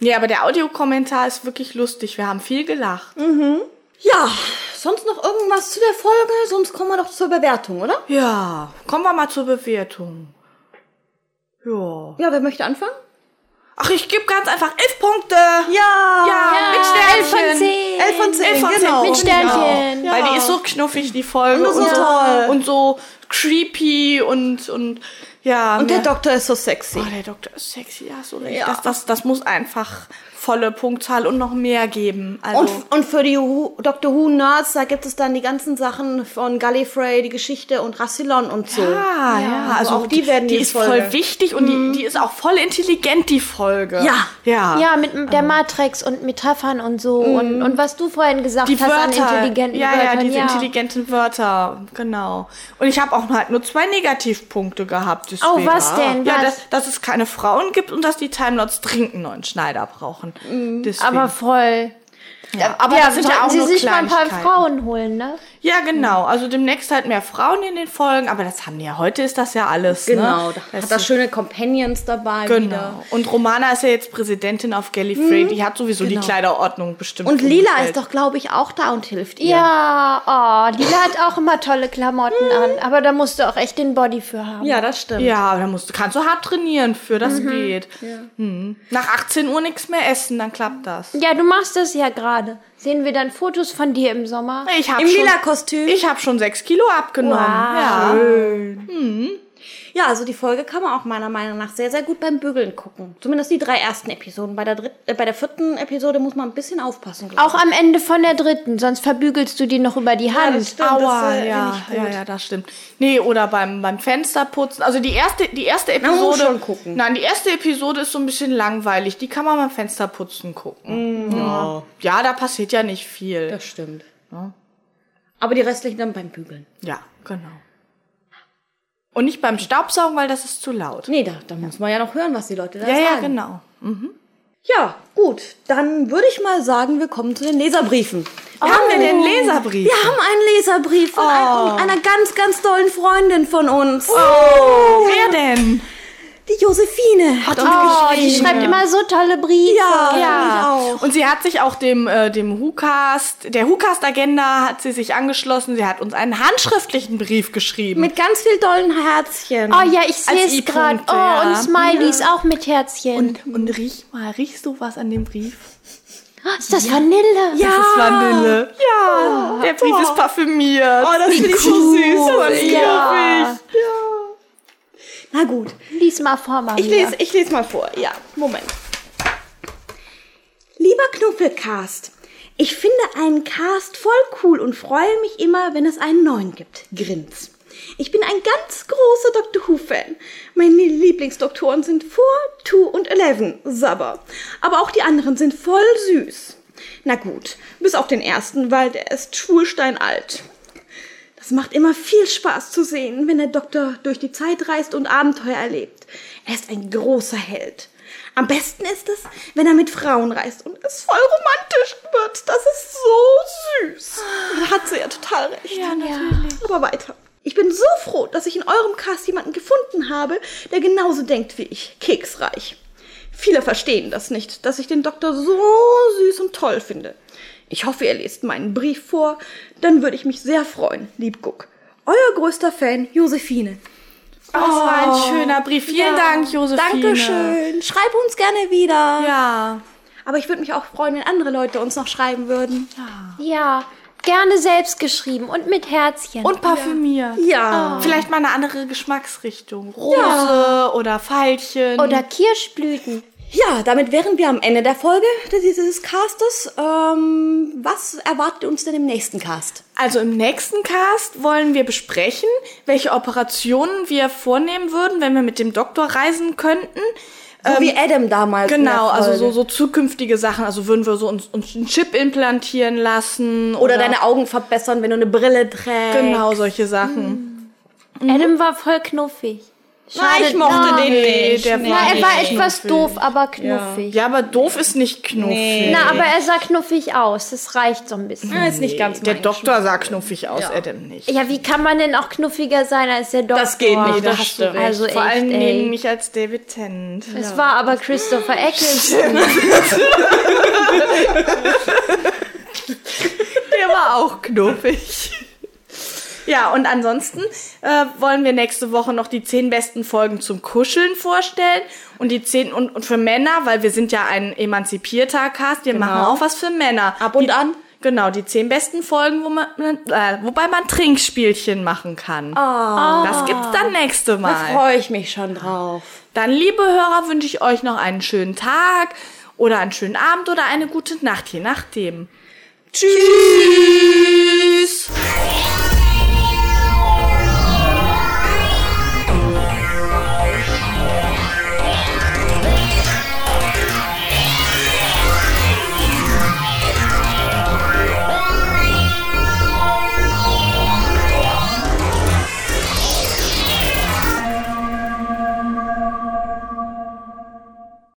Speaker 4: Nee, aber der Audiokommentar ist wirklich lustig. Wir haben viel gelacht.
Speaker 2: Ja, sonst noch irgendwas zu der Folge? Sonst kommen wir doch zur Bewertung, oder?
Speaker 4: Ja, kommen wir mal zur Bewertung. Ja.
Speaker 2: Ja, wer möchte anfangen?
Speaker 4: Ach, ich gebe ganz einfach elf Punkte.
Speaker 2: Ja!
Speaker 4: Ja, mit
Speaker 3: elf
Speaker 4: Sternchen.
Speaker 3: von zehn.
Speaker 2: Elf von zehn,
Speaker 4: Elf von zehn
Speaker 2: genau.
Speaker 4: Punkten,
Speaker 3: Mit Sternchen.
Speaker 4: Weil die ist so knuffig, die Folge.
Speaker 2: Und so toll.
Speaker 4: und so creepy und, und ja.
Speaker 2: Und der
Speaker 4: mir-
Speaker 2: Doktor ist so sexy.
Speaker 4: Oh, der Doktor ist sexy, ja, so recht.
Speaker 2: Ja.
Speaker 4: Das, das, das muss einfach volle Punktzahl und noch mehr geben. Also,
Speaker 2: Und, und für die Hu Doctor Who Nerds, da gibt es dann die ganzen Sachen von Gallifrey, die Geschichte und Rassilon und so.
Speaker 4: ja, ja, also
Speaker 2: auch die werden
Speaker 4: die
Speaker 2: die
Speaker 4: ist
Speaker 2: Folge.
Speaker 4: voll wichtig und die, die ist auch voll intelligent, die Folge.
Speaker 2: Ja.
Speaker 4: ja.
Speaker 3: Ja, mit
Speaker 4: Ähm.
Speaker 3: der Matrix und Metaphern und so und, und was du vorhin gesagt
Speaker 4: Mm. Die
Speaker 3: hast
Speaker 4: Wörter.
Speaker 3: an intelligenten
Speaker 4: ja,
Speaker 3: Wörtern.
Speaker 4: ja, diese intelligenten Wörter, genau. Und ich habe auch halt nur zwei Negativpunkte gehabt. Deswegen.
Speaker 3: Oh, was denn?
Speaker 4: Ja,
Speaker 3: Was?
Speaker 4: Dass, dass es keine Frauen gibt und dass die Timelords dringend einen neuen Schneider brauchen. Deswegen.
Speaker 3: aber voll.
Speaker 4: ja, aber das sind ja
Speaker 3: sollten
Speaker 4: auch
Speaker 3: sie
Speaker 4: nur
Speaker 3: sich mal ein paar
Speaker 4: Kleinigkeiten.
Speaker 3: Frauen holen, ne?
Speaker 4: Ja, genau. Also demnächst halt mehr Frauen in den Folgen, aber das haben die ja heute ist das ja alles.
Speaker 2: Genau,
Speaker 4: ne?
Speaker 2: da hat das schöne Companions dabei
Speaker 4: Genau.
Speaker 2: wieder.
Speaker 4: Und Romana ist ja jetzt Präsidentin auf Gallifrey. Die hat sowieso die Kleiderordnung bestimmt.
Speaker 2: Und Lila
Speaker 4: umgestellt.
Speaker 2: ist doch, glaube ich, auch da und hilft ihr.
Speaker 3: Ja, oh, Lila hat auch immer tolle Klamotten an, aber da musst du auch echt den Body für haben.
Speaker 2: Ja, das stimmt.
Speaker 4: Ja, aber da musst du, kannst du hart trainieren für, das geht. Mhm. Nach 18 Uhr nichts mehr essen, dann klappt das.
Speaker 3: Ja, du machst das ja gerade. Sehen wir dann Fotos von dir im Sommer?
Speaker 4: Ich hab
Speaker 2: Im
Speaker 4: schon,
Speaker 2: lila Kostüm.
Speaker 4: Ich habe schon 6 Kilo abgenommen. Ja.
Speaker 2: Ja, also die Folge kann man auch meiner Meinung nach sehr, sehr gut beim Bügeln gucken. Zumindest die drei ersten Episoden. Bei der, dritt, äh, bei der vierten Episode muss man ein bisschen aufpassen. glaub
Speaker 3: Auch am Ende von der dritten, sonst verbügelst du die noch über die Hand.
Speaker 2: stimmt. das,
Speaker 4: Aua,
Speaker 2: äh,
Speaker 4: ja,
Speaker 2: finde ich
Speaker 4: ja,
Speaker 2: gut.
Speaker 4: ja, das stimmt. Nee, oder beim, beim Fensterputzen. Also die erste, die erste Episode.
Speaker 2: man muss schon gucken.
Speaker 4: Nein, die erste Episode ist so ein bisschen langweilig. Die kann man beim Fensterputzen gucken. Ja. ja, da passiert ja nicht
Speaker 2: ich.
Speaker 4: viel.
Speaker 2: Mhm. Das stimmt. Aber die restlichen dann beim Bügeln.
Speaker 4: Ja, genau. Und nicht beim Staubsaugen, weil das ist zu laut.
Speaker 2: Nee, da, da muss man ja noch hören, was die Leute da
Speaker 4: Ja,
Speaker 2: sagen.
Speaker 4: ja, genau.
Speaker 2: Ja, gut. Dann würde ich mal sagen, wir kommen zu den Leserbriefen.
Speaker 4: Wir haben wir den Leserbrief?
Speaker 2: Oh. Wir haben einen Leserbrief von ein- einer ganz, ganz tollen Freundin von uns.
Speaker 4: Wer denn?
Speaker 2: Oh. Die Josephine. Hat uns
Speaker 3: Oh, die schreibt immer so tolle Briefe.
Speaker 2: Ja,
Speaker 4: Ja. Und sie hat sich auch dem, äh, dem WhoCast, der WhoCast-Agenda hat sie sich angeschlossen. Sie hat uns einen handschriftlichen Brief geschrieben.
Speaker 2: Mit ganz viel tollen Herzchen.
Speaker 3: Oh ja, ich sehe es
Speaker 4: I-Punkte,
Speaker 3: gerade. Oh,
Speaker 4: ja.
Speaker 3: und Smileys auch mit Herzchen.
Speaker 4: und, und riech mal, riechst du was an dem Brief?
Speaker 3: Ah, ist das Vanille?
Speaker 4: Ja. Das ist Vanille. Oh. Ja, der Brief ist parfümiert.
Speaker 2: Oh, das finde ich so süß.
Speaker 4: Das liebe
Speaker 3: Ja.
Speaker 4: ich.
Speaker 2: Na gut.
Speaker 3: Lies mal vor, Maria.
Speaker 2: Ich lese, ich lese mal vor. Ja, Moment. Lieber Knuffelcast, ich finde einen Cast voll cool und freue mich immer, wenn es einen neuen gibt. Grins. Ich bin ein ganz großer Doctor Who-Fan. Meine Lieblingsdoktoren sind 4, 2 und 11, Sabber. Aber auch die anderen sind voll süß. Na gut, bis auf den ersten, weil der ist schwulsteinalt. Das macht immer viel Spaß zu sehen, wenn der Doktor durch die Zeit reist und Abenteuer erlebt. Er ist ein großer Held. Am besten ist es, wenn er mit Frauen reist und es voll romantisch wird. Das ist so süß. Da hat sie ja total recht. Ja, natürlich. Aber weiter. Ich bin so froh, dass ich in eurem Cast jemanden gefunden habe, der genauso denkt wie ich. Keksreich. Viele verstehen das nicht, dass ich den Doktor so süß und toll finde. Ich hoffe, ihr lest meinen Brief vor, dann würde ich mich sehr freuen, lieb Guck. Euer größter Fan, Josephine.
Speaker 4: Das Oh, war ein schöner Brief. Vielen Dank, Josephine.
Speaker 2: Dankeschön. Schreib uns gerne wieder.
Speaker 4: Ja.
Speaker 2: Aber ich würde mich auch freuen, wenn andere Leute uns noch schreiben würden.
Speaker 3: Ja, gerne selbst geschrieben und mit Herzchen.
Speaker 4: Und parfümiert.
Speaker 2: Ja.
Speaker 4: Vielleicht mal eine andere Geschmacksrichtung. Rose oder Veilchen.
Speaker 3: Oder Kirschblüten.
Speaker 2: Ja, damit wären wir am Ende der Folge dieses Castes. Ähm, was erwartet uns denn im nächsten Cast?
Speaker 4: Also im nächsten Cast wollen wir besprechen, welche Operationen wir vornehmen würden, wenn wir mit dem Doktor reisen könnten.
Speaker 2: So wie Adam damals. in der
Speaker 4: Genau, also
Speaker 2: Folge.
Speaker 4: so, so zukünftige Sachen. Also würden wir so uns, uns einen Chip implantieren lassen.
Speaker 2: Oder deine Augen verbessern, wenn du eine Brille trägst.
Speaker 4: Genau, solche Sachen.
Speaker 3: Adam war voll knuffig.
Speaker 4: Na, Ah, ich mochte den nicht. Der
Speaker 3: Na,
Speaker 4: war
Speaker 3: er war
Speaker 4: nicht
Speaker 3: etwas
Speaker 4: knuffig.
Speaker 3: doof, aber knuffig.
Speaker 4: Ja, aber doof ist nicht knuffig.
Speaker 3: Na, aber er sah knuffig aus. Das reicht so ein bisschen.
Speaker 4: Mhm.
Speaker 2: Ja, ist nicht ganz
Speaker 4: Der
Speaker 2: mein
Speaker 4: Doktor sah knuffig aus, Adam nicht.
Speaker 3: Ja, wie kann man denn auch knuffiger sein als der Doktor?
Speaker 2: Das geht nicht, das
Speaker 4: hast du
Speaker 2: stimmt.
Speaker 4: recht.
Speaker 3: Also
Speaker 4: Vor
Speaker 3: echt,
Speaker 4: allen
Speaker 3: ey.
Speaker 4: Dingen nicht als David Tennant.
Speaker 3: Es war aber Christopher Eccleston.
Speaker 4: Der war aber auch knuffig. Ja, und ansonsten äh, wollen wir nächste Woche noch die zehn besten Folgen zum Kuscheln vorstellen. Und die zehn und, und für Männer, weil wir sind ja ein emanzipierter Cast, wir machen auch was für Männer.
Speaker 2: Genau. Ab und
Speaker 4: die,
Speaker 2: an.
Speaker 4: Genau, die zehn besten Folgen, wo man, äh, wobei man Trinkspielchen machen kann.
Speaker 2: Ah.
Speaker 4: Das gibt's dann nächste Mal.
Speaker 2: Freue ich mich schon drauf.
Speaker 4: Dann, liebe Hörer, wünsche ich euch noch einen schönen Tag oder einen schönen Abend oder eine gute Nacht, je nachdem. Tschüss.